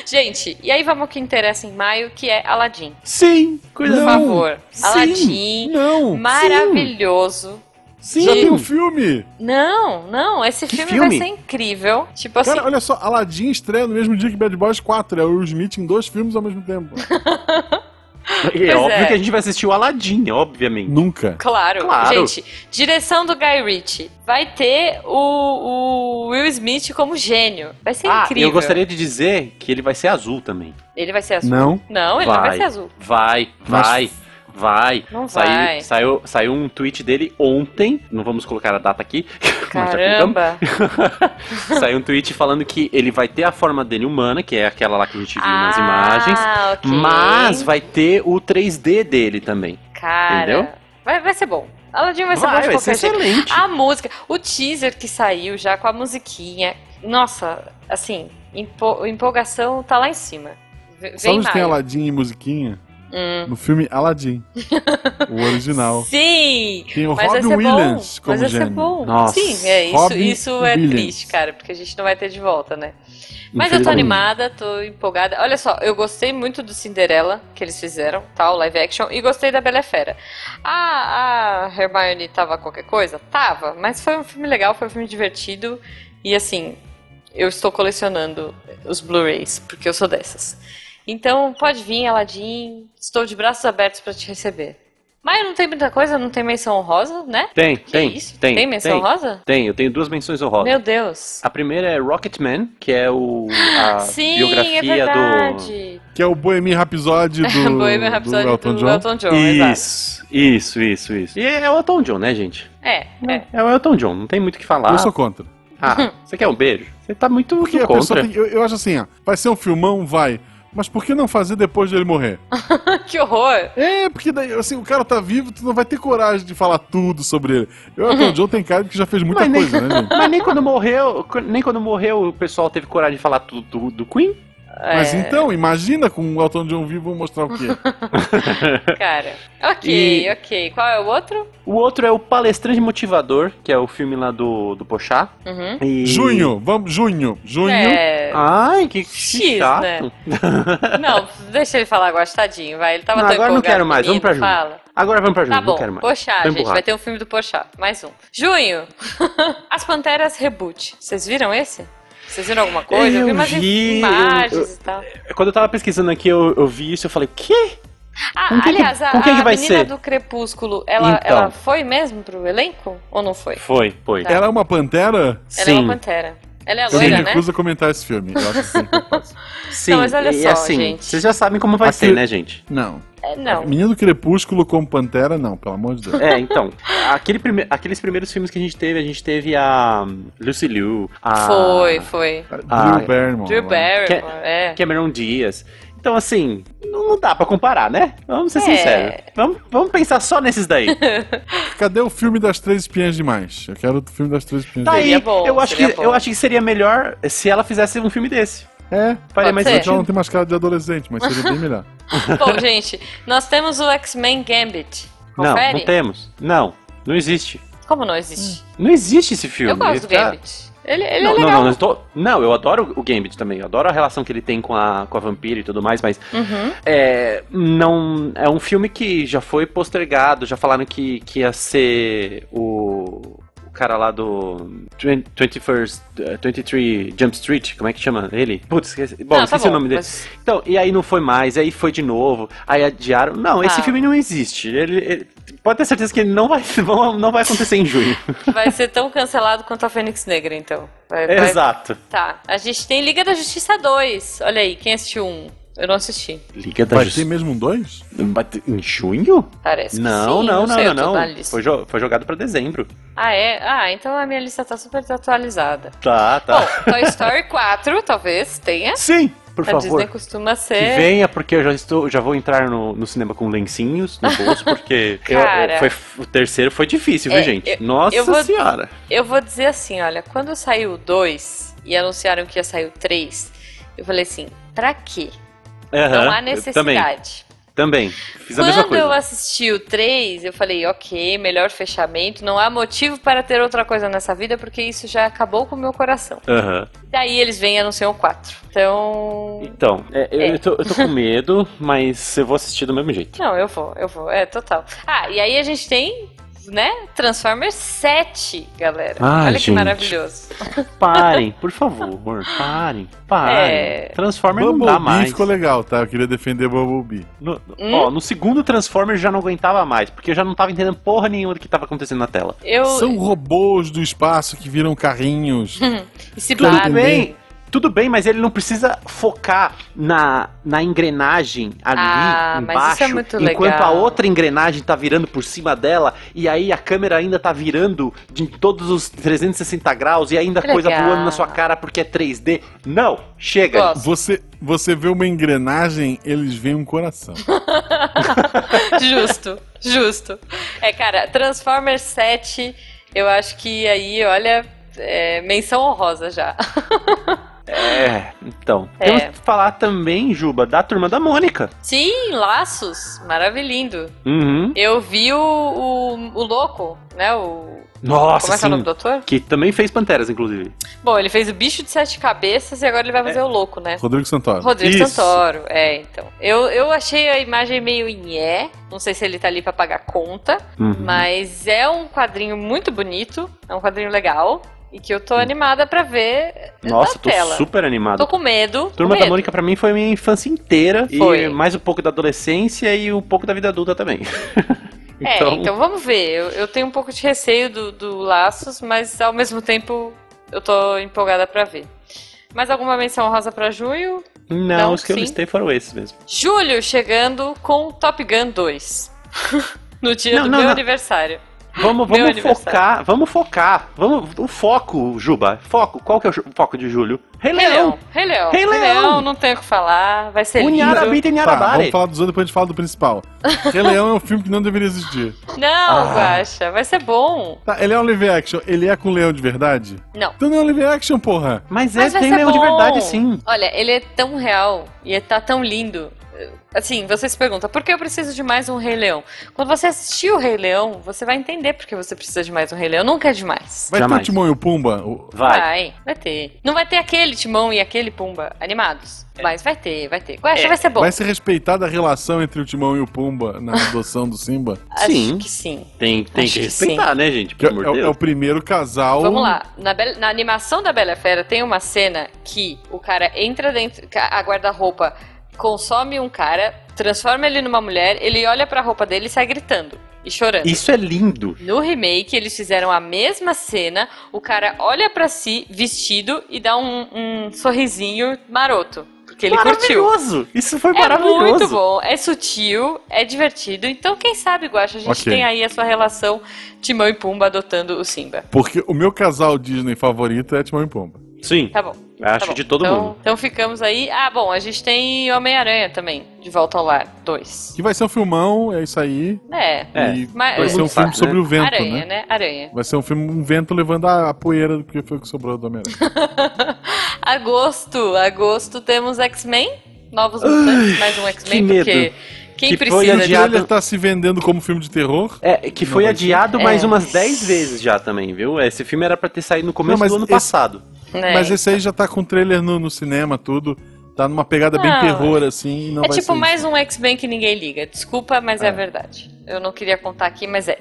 [SPEAKER 1] gente, e aí vamos ao que interessa em maio, que é Aladdin.
[SPEAKER 2] Sim!
[SPEAKER 1] Por favor, Aladdin.
[SPEAKER 2] Não!
[SPEAKER 1] Maravilhoso.
[SPEAKER 2] Sim! Já
[SPEAKER 1] Sim.
[SPEAKER 2] tem um filme!
[SPEAKER 1] Não, não, esse
[SPEAKER 3] Que
[SPEAKER 1] filme,
[SPEAKER 3] filme?
[SPEAKER 1] vai ser incrível. Tipo assim,
[SPEAKER 2] Cara, olha só, Aladdin estreia no mesmo dia que Bad Boys 4. É o Will Smith em dois filmes ao mesmo tempo.
[SPEAKER 3] É
[SPEAKER 1] Pois
[SPEAKER 3] óbvio
[SPEAKER 1] é.
[SPEAKER 3] que a gente vai assistir o Aladdin, obviamente.
[SPEAKER 2] Nunca.
[SPEAKER 1] claro,
[SPEAKER 3] Claro.
[SPEAKER 1] gente. Direção do Guy Ritchie. Vai ter o, o Will Smith como gênio. Vai ser
[SPEAKER 3] ah,
[SPEAKER 1] é incrível.
[SPEAKER 3] eu gostaria de dizer que ele vai ser azul também.
[SPEAKER 1] Ele vai ser azul.
[SPEAKER 2] Não.
[SPEAKER 1] Não, ele não vai
[SPEAKER 3] Vai.
[SPEAKER 1] ser azul.
[SPEAKER 3] Vai,
[SPEAKER 2] Mas-
[SPEAKER 3] vai, vai.
[SPEAKER 1] Não
[SPEAKER 3] Saiu-
[SPEAKER 1] vai.
[SPEAKER 3] Saiu, saiu um tweet dele ontem, não vamos colocar a data aqui. mas tá já colocamos.
[SPEAKER 1] Caramba.
[SPEAKER 3] saiu um tweet falando que ele vai ter a forma dele humana, que é aquela lá que a gente viu nas imagens.
[SPEAKER 1] Ah, ok.
[SPEAKER 3] Mas vai ter o 3D dele também.
[SPEAKER 1] Cara,
[SPEAKER 3] Entendeu?
[SPEAKER 1] Vai, vai ser bom. Aladdin vai ser bom
[SPEAKER 3] Vai,
[SPEAKER 1] de
[SPEAKER 3] vai
[SPEAKER 1] qualquer
[SPEAKER 3] ser
[SPEAKER 1] jeito.
[SPEAKER 3] Ah,
[SPEAKER 1] Ah,
[SPEAKER 3] é excelente.
[SPEAKER 1] A música, o teaser que saiu já com a musiquinha. Nossa, assim, empo- empolgação tá lá em cima. V-
[SPEAKER 3] um
[SPEAKER 2] Sabe
[SPEAKER 1] Vem
[SPEAKER 2] onde tem
[SPEAKER 1] maio.
[SPEAKER 2] Aladdin e musiquinha?
[SPEAKER 1] Hum.
[SPEAKER 2] No filme Aladdin. o original.
[SPEAKER 1] Sim!
[SPEAKER 2] Tem o
[SPEAKER 1] Mas vai
[SPEAKER 2] Robin
[SPEAKER 1] ser
[SPEAKER 2] Williams
[SPEAKER 1] bom.
[SPEAKER 2] como
[SPEAKER 1] mas vai ser
[SPEAKER 2] gênio.
[SPEAKER 1] bom.
[SPEAKER 3] Nossa,
[SPEAKER 1] Sim, é isso.
[SPEAKER 2] Robin
[SPEAKER 1] isso é
[SPEAKER 2] Williams.
[SPEAKER 1] triste, cara, porque a gente não vai ter de volta, né? Mas eu tô animada, tô empolgada. Olha só, eu gostei muito do Cinderela que eles fizeram, tal, live action, e gostei da Bela e a Fera. A, a Hermione tava qualquer coisa? Tava, mas foi um filme legal, foi um filme divertido. E assim, eu estou colecionando os Blu-rays, porque eu sou dessas. Então, pode vir, Aladdin, estou de braços abertos pra te receber. Mas não tem muita coisa, não tem menção honrosa, né?
[SPEAKER 3] Tem,
[SPEAKER 1] Que
[SPEAKER 3] tem,
[SPEAKER 1] isso?
[SPEAKER 3] tem.
[SPEAKER 1] menção
[SPEAKER 3] tem,
[SPEAKER 1] honrosa?
[SPEAKER 3] Tem, eu tenho duas menções honrosas.
[SPEAKER 1] Meu Deus.
[SPEAKER 3] A primeira é Rocketman, que é o, a
[SPEAKER 1] Sim,
[SPEAKER 3] biografia
[SPEAKER 1] é
[SPEAKER 3] do...
[SPEAKER 1] verdade.
[SPEAKER 2] Que é o Bohemian Rhapsody do,
[SPEAKER 1] Bohemian Rhapsody
[SPEAKER 2] do Elton John.
[SPEAKER 1] Elton John, exato.
[SPEAKER 3] Isso, isso, isso, isso. E é o Elton John, né, gente?
[SPEAKER 1] É, é.
[SPEAKER 3] É o Elton John, não tem muito o que falar.
[SPEAKER 2] Eu sou contra.
[SPEAKER 3] Ah, você quer um beijo? Você tá muito
[SPEAKER 2] Porque a
[SPEAKER 3] contra.
[SPEAKER 2] pessoa tem, eu, eu acho assim, ó, vai ser um filmão, vai. Mas por que não fazer depois dele morrer?
[SPEAKER 1] que horror!
[SPEAKER 2] É, porque daí, assim, o cara tá vivo, tu não vai ter coragem de falar tudo sobre ele. Eu, o John tem cara que já fez muita
[SPEAKER 3] Mas nem-
[SPEAKER 2] coisa, né, gente?
[SPEAKER 3] Mas nem quando morreu, nem quando morreu o pessoal teve coragem de falar tudo do, do Queen.
[SPEAKER 2] Mas
[SPEAKER 1] É,
[SPEAKER 2] então, imagina com o Elton John vivo mostrar o quê? então,
[SPEAKER 1] Cara. Ok,
[SPEAKER 3] E-
[SPEAKER 1] ok. Qual é o outro?
[SPEAKER 3] O outro é o Palestrante Motivador, que é o filme lá do, do Pochá.
[SPEAKER 1] Uhum.
[SPEAKER 3] E-
[SPEAKER 2] junho, vamos, junho, junho.
[SPEAKER 1] É.
[SPEAKER 3] Ai, Ah, que
[SPEAKER 1] X,
[SPEAKER 3] chato.
[SPEAKER 1] né? Não, deixa ele falar agora, tadinho, vai. Ele tava
[SPEAKER 3] Não,
[SPEAKER 1] tão
[SPEAKER 3] agora não
[SPEAKER 1] empolgado
[SPEAKER 3] quero mais,
[SPEAKER 1] comigo,
[SPEAKER 3] vamos pra junho.
[SPEAKER 1] Fala.
[SPEAKER 3] Agora vamos pra junho,
[SPEAKER 1] Tá
[SPEAKER 3] não
[SPEAKER 1] bom,
[SPEAKER 3] quero mais.
[SPEAKER 1] Pochá,
[SPEAKER 3] Tô
[SPEAKER 1] gente,
[SPEAKER 3] empurrado.
[SPEAKER 1] vai ter um filme do Pochá, mais um. Junho, As Panteras Reboot. Vocês viram esse? Vocês viram alguma coisa?
[SPEAKER 3] Eu
[SPEAKER 1] vi umas
[SPEAKER 3] vi,
[SPEAKER 1] imagens
[SPEAKER 3] eu-
[SPEAKER 1] e tal.
[SPEAKER 3] Quando eu tava pesquisando aqui, eu, eu vi isso, eu falei, quê?
[SPEAKER 1] Ah,
[SPEAKER 3] com quem que-
[SPEAKER 1] aliás, a,
[SPEAKER 3] com quem que
[SPEAKER 1] a
[SPEAKER 3] vai
[SPEAKER 1] menina
[SPEAKER 3] ser?
[SPEAKER 1] do Crepúsculo, ela,
[SPEAKER 3] Então.
[SPEAKER 1] ela foi mesmo pro elenco ou não foi?
[SPEAKER 3] Foi, foi.
[SPEAKER 1] Tá.
[SPEAKER 2] Ela é uma pantera?
[SPEAKER 1] Ela é
[SPEAKER 3] Sim,
[SPEAKER 1] uma pantera. Ela é
[SPEAKER 2] Eu me
[SPEAKER 1] loira, né?
[SPEAKER 2] recuso a comentar esse filme. Eu acho assim que eu faço.
[SPEAKER 3] sim.
[SPEAKER 1] Não, mas olha
[SPEAKER 3] e
[SPEAKER 1] só,
[SPEAKER 3] assim,
[SPEAKER 1] gente.
[SPEAKER 3] Vocês já sabem como vai
[SPEAKER 2] Aqui-
[SPEAKER 3] ser, né, gente?
[SPEAKER 2] Não.
[SPEAKER 1] É, não.
[SPEAKER 2] Menino do Crepúsculo como pantera, não, pelo amor de Deus.
[SPEAKER 3] É, então, aquele prime- aqueles primeiros filmes que a gente teve, a gente teve a hum, Lucy Liu, a
[SPEAKER 1] Foi, foi.
[SPEAKER 3] Ah,
[SPEAKER 2] Drew Barrymore.
[SPEAKER 1] Drew
[SPEAKER 2] lá.
[SPEAKER 1] Barrymore, é.
[SPEAKER 3] Cameron Diaz. Então, assim, não não dá pra comparar, né? Vamos ser
[SPEAKER 1] É.
[SPEAKER 3] sinceros. Vamos, vamos pensar só nesses daí.
[SPEAKER 2] Cadê o filme das Três Espinhas Demais? Eu quero o filme das Três Espinhas
[SPEAKER 3] Tá
[SPEAKER 2] Demais.
[SPEAKER 3] aí,
[SPEAKER 1] Seria bom,
[SPEAKER 3] eu, acho que,
[SPEAKER 1] seria bom.
[SPEAKER 3] eu acho que seria melhor se ela fizesse um filme desse.
[SPEAKER 2] É,
[SPEAKER 1] Pode
[SPEAKER 3] Faria mais
[SPEAKER 1] ser.
[SPEAKER 2] o John
[SPEAKER 3] sentido.
[SPEAKER 2] não tem mais cara de adolescente, mas seria bem melhor.
[SPEAKER 1] Bom, gente, nós temos o X-Men Gambit.
[SPEAKER 3] Não,
[SPEAKER 1] Confere?
[SPEAKER 3] não temos. Não, não existe.
[SPEAKER 1] Como não existe?
[SPEAKER 3] Não existe esse filme.
[SPEAKER 1] Eu gosto do
[SPEAKER 3] Ele tá-
[SPEAKER 1] Gambit. Ele, ele
[SPEAKER 3] não,
[SPEAKER 1] é
[SPEAKER 3] não,
[SPEAKER 1] legal.
[SPEAKER 3] não, não, eu tô- não, eu adoro o Gambit também. Eu adoro a relação que ele tem com a, com a vampira e tudo mais, mas
[SPEAKER 1] Uhum.
[SPEAKER 3] É, não, é um filme que já foi postergado, já falaram que, que ia ser o, o cara lá do 20 21st, eh, 23 Jump Street, como é que chama ele? Putz, esqueci,
[SPEAKER 1] Não,
[SPEAKER 3] bom,
[SPEAKER 1] tá
[SPEAKER 3] esqueci o
[SPEAKER 1] bom,
[SPEAKER 3] nome dele.
[SPEAKER 1] mas-
[SPEAKER 3] Então, e aí não foi mais, aí foi de novo, aí adiaram. Não, esse
[SPEAKER 1] Ah.
[SPEAKER 3] filme não existe. Ele, ele- pode ter certeza que ele não vai, não vai acontecer em junho.
[SPEAKER 1] Vai ser tão cancelado quanto a Fênix Negra, então. Vai, vai-
[SPEAKER 3] Exato.
[SPEAKER 1] Tá. A gente tem Liga da Justiça 2. Olha aí, quem assistiu um? Eu não assisti,
[SPEAKER 3] Liga da
[SPEAKER 2] Vai ter
[SPEAKER 3] Justiça.
[SPEAKER 2] mesmo um dois?
[SPEAKER 3] Em junho?
[SPEAKER 1] parece. que
[SPEAKER 3] Não,
[SPEAKER 1] sim,
[SPEAKER 3] não, não,
[SPEAKER 1] sei,
[SPEAKER 3] não,
[SPEAKER 1] eu tô
[SPEAKER 3] não.
[SPEAKER 1] na lista.
[SPEAKER 3] Foi, jo- foi jogado pra dezembro.
[SPEAKER 1] Ah, é? Ah, então a minha lista tá super atualizada.
[SPEAKER 3] Tá, tá.
[SPEAKER 1] Bom, Toy Story 4, talvez, tenha.
[SPEAKER 2] Sim!
[SPEAKER 3] Por
[SPEAKER 1] a
[SPEAKER 3] favor,
[SPEAKER 1] Disney costuma
[SPEAKER 3] que
[SPEAKER 1] ser.
[SPEAKER 3] venha, porque eu já estou, já vou entrar no, no cinema com lencinhos no bolso, porque eu- eu-
[SPEAKER 1] Cara.
[SPEAKER 3] foi- o terceiro foi difícil,
[SPEAKER 1] É,
[SPEAKER 3] viu, gente?
[SPEAKER 1] eu-
[SPEAKER 3] Nossa
[SPEAKER 1] eu vou-
[SPEAKER 3] senhora.
[SPEAKER 1] Eu vou dizer assim, olha, quando saiu o 2 e anunciaram que ia sair o 3, eu falei assim, pra quê?
[SPEAKER 3] Aham,
[SPEAKER 1] Não há
[SPEAKER 3] eu
[SPEAKER 1] necessidade.
[SPEAKER 3] Também, também. Fiz a mesma
[SPEAKER 1] Quando
[SPEAKER 3] coisa.
[SPEAKER 1] eu assisti o 3, eu falei, ok, melhor fechamento, não há motivo para ter outra coisa nessa vida, porque isso já acabou com o meu coração.
[SPEAKER 3] Aham.
[SPEAKER 1] Daí eles vêm e anunciam o 4. Então.
[SPEAKER 3] Então, é, eu,
[SPEAKER 1] É.
[SPEAKER 3] eu tô, eu tô com medo, mas eu vou assistir do mesmo jeito.
[SPEAKER 1] Não, eu vou, eu vou, é total. Ah, e aí a gente tem, né, Transformers 7, galera.
[SPEAKER 3] Ai,
[SPEAKER 1] Olha que
[SPEAKER 3] gente.
[SPEAKER 1] maravilhoso.
[SPEAKER 3] Parem, por favor, parem, parem.
[SPEAKER 1] É.
[SPEAKER 3] Transformer não dá
[SPEAKER 2] Bumblebee
[SPEAKER 3] mais.
[SPEAKER 2] ficou legal, tá? Eu queria defender Bumblebee.
[SPEAKER 3] No, no-
[SPEAKER 1] Hum?
[SPEAKER 3] ó, no segundo Transformer eu já não aguentava mais, porque eu já não tava entendendo porra nenhuma do que tava acontecendo na tela.
[SPEAKER 1] Eu.
[SPEAKER 2] São robôs do espaço que viram carrinhos.
[SPEAKER 1] e se né,
[SPEAKER 3] Tudo
[SPEAKER 1] batem.
[SPEAKER 3] bem, tudo bem, mas ele não precisa focar na, na engrenagem ali
[SPEAKER 1] Ah, mas
[SPEAKER 3] embaixo,
[SPEAKER 1] isso é muito
[SPEAKER 3] enquanto
[SPEAKER 1] legal.
[SPEAKER 3] a outra engrenagem tá virando por cima dela e aí a câmera ainda tá virando de todos os 360 graus e ainda
[SPEAKER 1] Que
[SPEAKER 3] coisa
[SPEAKER 1] legal.
[SPEAKER 3] voando na sua cara porque é 3D. Não, chega.
[SPEAKER 1] Gosto.
[SPEAKER 2] Você, você vê uma engrenagem, eles veem um coração.
[SPEAKER 1] Justo, justo. É, cara, Transformers 7, eu acho que aí, olha, é, menção honrosa já.
[SPEAKER 3] É, então.
[SPEAKER 1] É.
[SPEAKER 3] Temos que falar também, Juba, da turma da Mônica.
[SPEAKER 1] Sim, Laços, maravilhindo.
[SPEAKER 3] Uhum.
[SPEAKER 1] Eu vi o, o, o Louco, né, o...
[SPEAKER 3] Nossa,
[SPEAKER 1] Como é que é o nome
[SPEAKER 3] sim.
[SPEAKER 1] do doutor?
[SPEAKER 3] Que também fez Panteras, inclusive.
[SPEAKER 1] Bom, ele fez o Bicho de Sete Cabeças e agora ele vai fazer o Louco, né?
[SPEAKER 2] Rodrigo Santoro.
[SPEAKER 1] Rodrigo
[SPEAKER 3] Isso.
[SPEAKER 1] Santoro, é, então. Eu, eu achei a imagem meio inhé, não sei se ele tá ali pra pagar conta,
[SPEAKER 3] Uhum.
[SPEAKER 1] Mas é um quadrinho muito bonito, é um quadrinho legal e que eu tô animada pra ver
[SPEAKER 3] Nossa,
[SPEAKER 1] na
[SPEAKER 3] tô
[SPEAKER 1] é tela.
[SPEAKER 3] super animado.
[SPEAKER 1] Tô com medo. com
[SPEAKER 3] Turma tá da
[SPEAKER 1] medo.
[SPEAKER 3] Mônica pra mim foi minha infância inteira
[SPEAKER 1] Foi.
[SPEAKER 3] e mais um pouco da adolescência e um pouco da vida adulta também.
[SPEAKER 1] É, então, vamos ver. Eu, eu tenho um pouco de receio do, do Laços, mas ao mesmo tempo eu tô empolgada pra ver. Mais alguma menção rosa pra junho?
[SPEAKER 3] não,
[SPEAKER 1] então,
[SPEAKER 3] os que eu
[SPEAKER 1] sim.
[SPEAKER 3] listei foram esses mesmo.
[SPEAKER 1] Julho chegando com Top Gun 2. no dia
[SPEAKER 3] Não,
[SPEAKER 1] do
[SPEAKER 3] não,
[SPEAKER 1] meu
[SPEAKER 3] não.
[SPEAKER 1] aniversário.
[SPEAKER 3] Vamos,
[SPEAKER 1] Meu
[SPEAKER 3] vamos
[SPEAKER 1] aniversário.
[SPEAKER 3] focar, vamos focar. Vamos, o foco, Juba. Foco. Qual que é o ju- foco de julho? Rei
[SPEAKER 1] Rei Leão.
[SPEAKER 3] Leão.
[SPEAKER 1] Rei Leão.
[SPEAKER 3] Rei Leão.
[SPEAKER 1] não tem o que falar. Vai ser lindo.
[SPEAKER 3] Unharabita e
[SPEAKER 2] Tá, vamos
[SPEAKER 3] Nharabare.
[SPEAKER 2] falar dos outros, depois a gente fala do principal. Rei Leão é um filme que não deveria existir.
[SPEAKER 1] Não,
[SPEAKER 3] Ah.
[SPEAKER 1] Guaxa, vai ser bom.
[SPEAKER 2] Tá, ele é um live action, ele é com leão de verdade?
[SPEAKER 1] Não.
[SPEAKER 2] Então não é um live action, porra!
[SPEAKER 3] Mas é,
[SPEAKER 1] Mas vai
[SPEAKER 3] tem
[SPEAKER 1] ser
[SPEAKER 3] leão de
[SPEAKER 1] bom.
[SPEAKER 3] verdade, sim.
[SPEAKER 1] Olha, ele é tão real e é- tá tão lindo. Assim, você se pergunta, por que eu preciso de mais um Rei Leão? Quando você assistir o Rei Leão, você vai entender por que você precisa de mais um Rei Leão. Nunca é demais.
[SPEAKER 2] Vai ter
[SPEAKER 3] Jamais.
[SPEAKER 2] o Timão e o Pumba? O-
[SPEAKER 3] Vai.
[SPEAKER 1] vai ter. Não vai ter aquele Timão e aquele Pumba animados,
[SPEAKER 3] É.
[SPEAKER 1] mas vai ter, vai ter. Guaxa, vai ser bom.
[SPEAKER 2] Vai ser respeitada a relação entre o Timão e o Pumba na adoção do Simba?
[SPEAKER 1] Acho
[SPEAKER 3] Sim.
[SPEAKER 1] que sim.
[SPEAKER 3] Tem, tem
[SPEAKER 1] Acho
[SPEAKER 3] que
[SPEAKER 1] que
[SPEAKER 3] respeitar, né, gente?
[SPEAKER 2] Que é,
[SPEAKER 3] Pelo amor
[SPEAKER 2] é
[SPEAKER 3] de
[SPEAKER 2] o
[SPEAKER 3] Deus.
[SPEAKER 2] primeiro casal.
[SPEAKER 1] Vamos lá. Na, Bela- na animação da Bela e a Fera tem uma cena que o cara entra dentro. ca- A guarda-roupa consome um cara, transforma ele numa mulher, ele olha pra roupa dele e sai gritando e chorando.
[SPEAKER 3] Isso é lindo.
[SPEAKER 1] No remake, eles fizeram a mesma cena. O cara olha pra si vestido e dá um, um sorrisinho maroto. Porque ele curtiu.
[SPEAKER 3] maravilhoso. Isso foi
[SPEAKER 1] É
[SPEAKER 3] maravilhoso.
[SPEAKER 1] muito bom, é sutil, é divertido. Então, quem sabe, Guaxa, a gente
[SPEAKER 2] Ok.
[SPEAKER 1] tem aí a sua relação Timão e Pumba adotando o Simba.
[SPEAKER 2] Porque o meu casal Disney favorito é Timão e Pumba.
[SPEAKER 3] Sim,
[SPEAKER 1] Tá bom.
[SPEAKER 3] acho
[SPEAKER 1] Tá bom.
[SPEAKER 3] de todo
[SPEAKER 1] então,
[SPEAKER 3] mundo.
[SPEAKER 1] Então ficamos aí. Ah, bom, a gente tem Homem-Aranha também, de volta ao lar 2.
[SPEAKER 2] Que vai ser um filmão, é isso aí.
[SPEAKER 1] É.
[SPEAKER 3] É,
[SPEAKER 2] e
[SPEAKER 1] mas-
[SPEAKER 2] vai ser um
[SPEAKER 3] Tá,
[SPEAKER 2] filme
[SPEAKER 3] né?
[SPEAKER 2] sobre o vento,
[SPEAKER 1] Aranha,
[SPEAKER 2] né?
[SPEAKER 1] né? Aranha.
[SPEAKER 2] Vai ser um filme, um vento levando a, a poeira do que foi o que sobrou do Homem-Aranha.
[SPEAKER 1] agosto, agosto temos X-Men, Novos Mutantes, mais um X-Men,
[SPEAKER 3] que medo.
[SPEAKER 1] porque quem
[SPEAKER 3] Que foi
[SPEAKER 1] precisa
[SPEAKER 2] O
[SPEAKER 1] de...
[SPEAKER 3] adiado.
[SPEAKER 2] trailer tá se vendendo como filme de terror.
[SPEAKER 3] É, que
[SPEAKER 2] Não
[SPEAKER 3] foi
[SPEAKER 2] vai
[SPEAKER 3] adiado
[SPEAKER 1] ser.
[SPEAKER 3] mais
[SPEAKER 1] É.
[SPEAKER 3] umas 10 vezes já também, viu? É, Esse filme era pra ter saído no começo
[SPEAKER 2] Não, mas
[SPEAKER 3] do ano
[SPEAKER 2] esse-
[SPEAKER 3] passado.
[SPEAKER 1] né?
[SPEAKER 2] Mas esse aí já tá com trailer no, no cinema, tudo. Tá numa pegada bem
[SPEAKER 1] Não,
[SPEAKER 2] terror, assim. e Não
[SPEAKER 1] é
[SPEAKER 2] vai
[SPEAKER 1] tipo
[SPEAKER 2] ser
[SPEAKER 1] mais
[SPEAKER 2] isso.
[SPEAKER 1] um X-Men que ninguém liga. Desculpa, mas é. a verdade. Eu não queria contar aqui, mas é.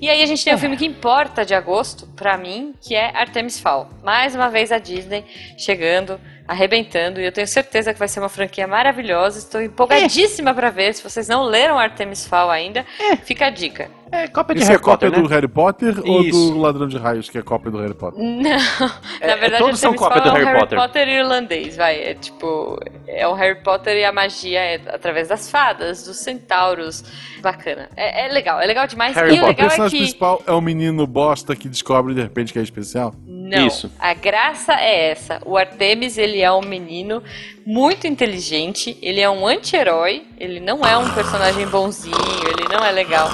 [SPEAKER 1] E aí a gente
[SPEAKER 2] É.
[SPEAKER 1] tem o filme que importa de agosto, pra mim, que é Artemis Fowl. Mais uma vez a Disney chegando, arrebentando, e eu tenho certeza que vai ser uma franquia maravilhosa.
[SPEAKER 2] É.
[SPEAKER 1] Estou empolgadíssima pra ver. Se vocês não leram Artemis Fowl ainda, fica a dica.
[SPEAKER 3] É,
[SPEAKER 1] tipo
[SPEAKER 3] cópia de
[SPEAKER 2] Isso é
[SPEAKER 3] Harry Potter,
[SPEAKER 2] cópia do
[SPEAKER 3] né?
[SPEAKER 2] Harry Potter ou
[SPEAKER 3] Isso.
[SPEAKER 2] do Ladrão de Raios, que é cópia do Harry Potter?
[SPEAKER 1] Não,
[SPEAKER 3] É,
[SPEAKER 1] na verdade
[SPEAKER 3] todos são
[SPEAKER 1] Artemis Fowl
[SPEAKER 3] cópia
[SPEAKER 1] é
[SPEAKER 3] do
[SPEAKER 1] um
[SPEAKER 3] Harry
[SPEAKER 1] Harry
[SPEAKER 3] Potter.
[SPEAKER 1] Potter. irlandês, vai. É tipo, é o Harry Potter e a magia é através das fadas, dos centauros. Bacana. É, é legal, é legal demais.
[SPEAKER 3] Harry
[SPEAKER 1] e o
[SPEAKER 3] Potter.
[SPEAKER 2] O
[SPEAKER 1] legal é
[SPEAKER 2] personagem
[SPEAKER 1] que.
[SPEAKER 2] principal é um menino bosta que descobre de repente que é especial.
[SPEAKER 1] Não,
[SPEAKER 3] Isso.
[SPEAKER 1] a graça é essa. O Artemis, ele é um menino muito inteligente, ele é um anti-herói, ele não é um personagem bonzinho, ele não é legal.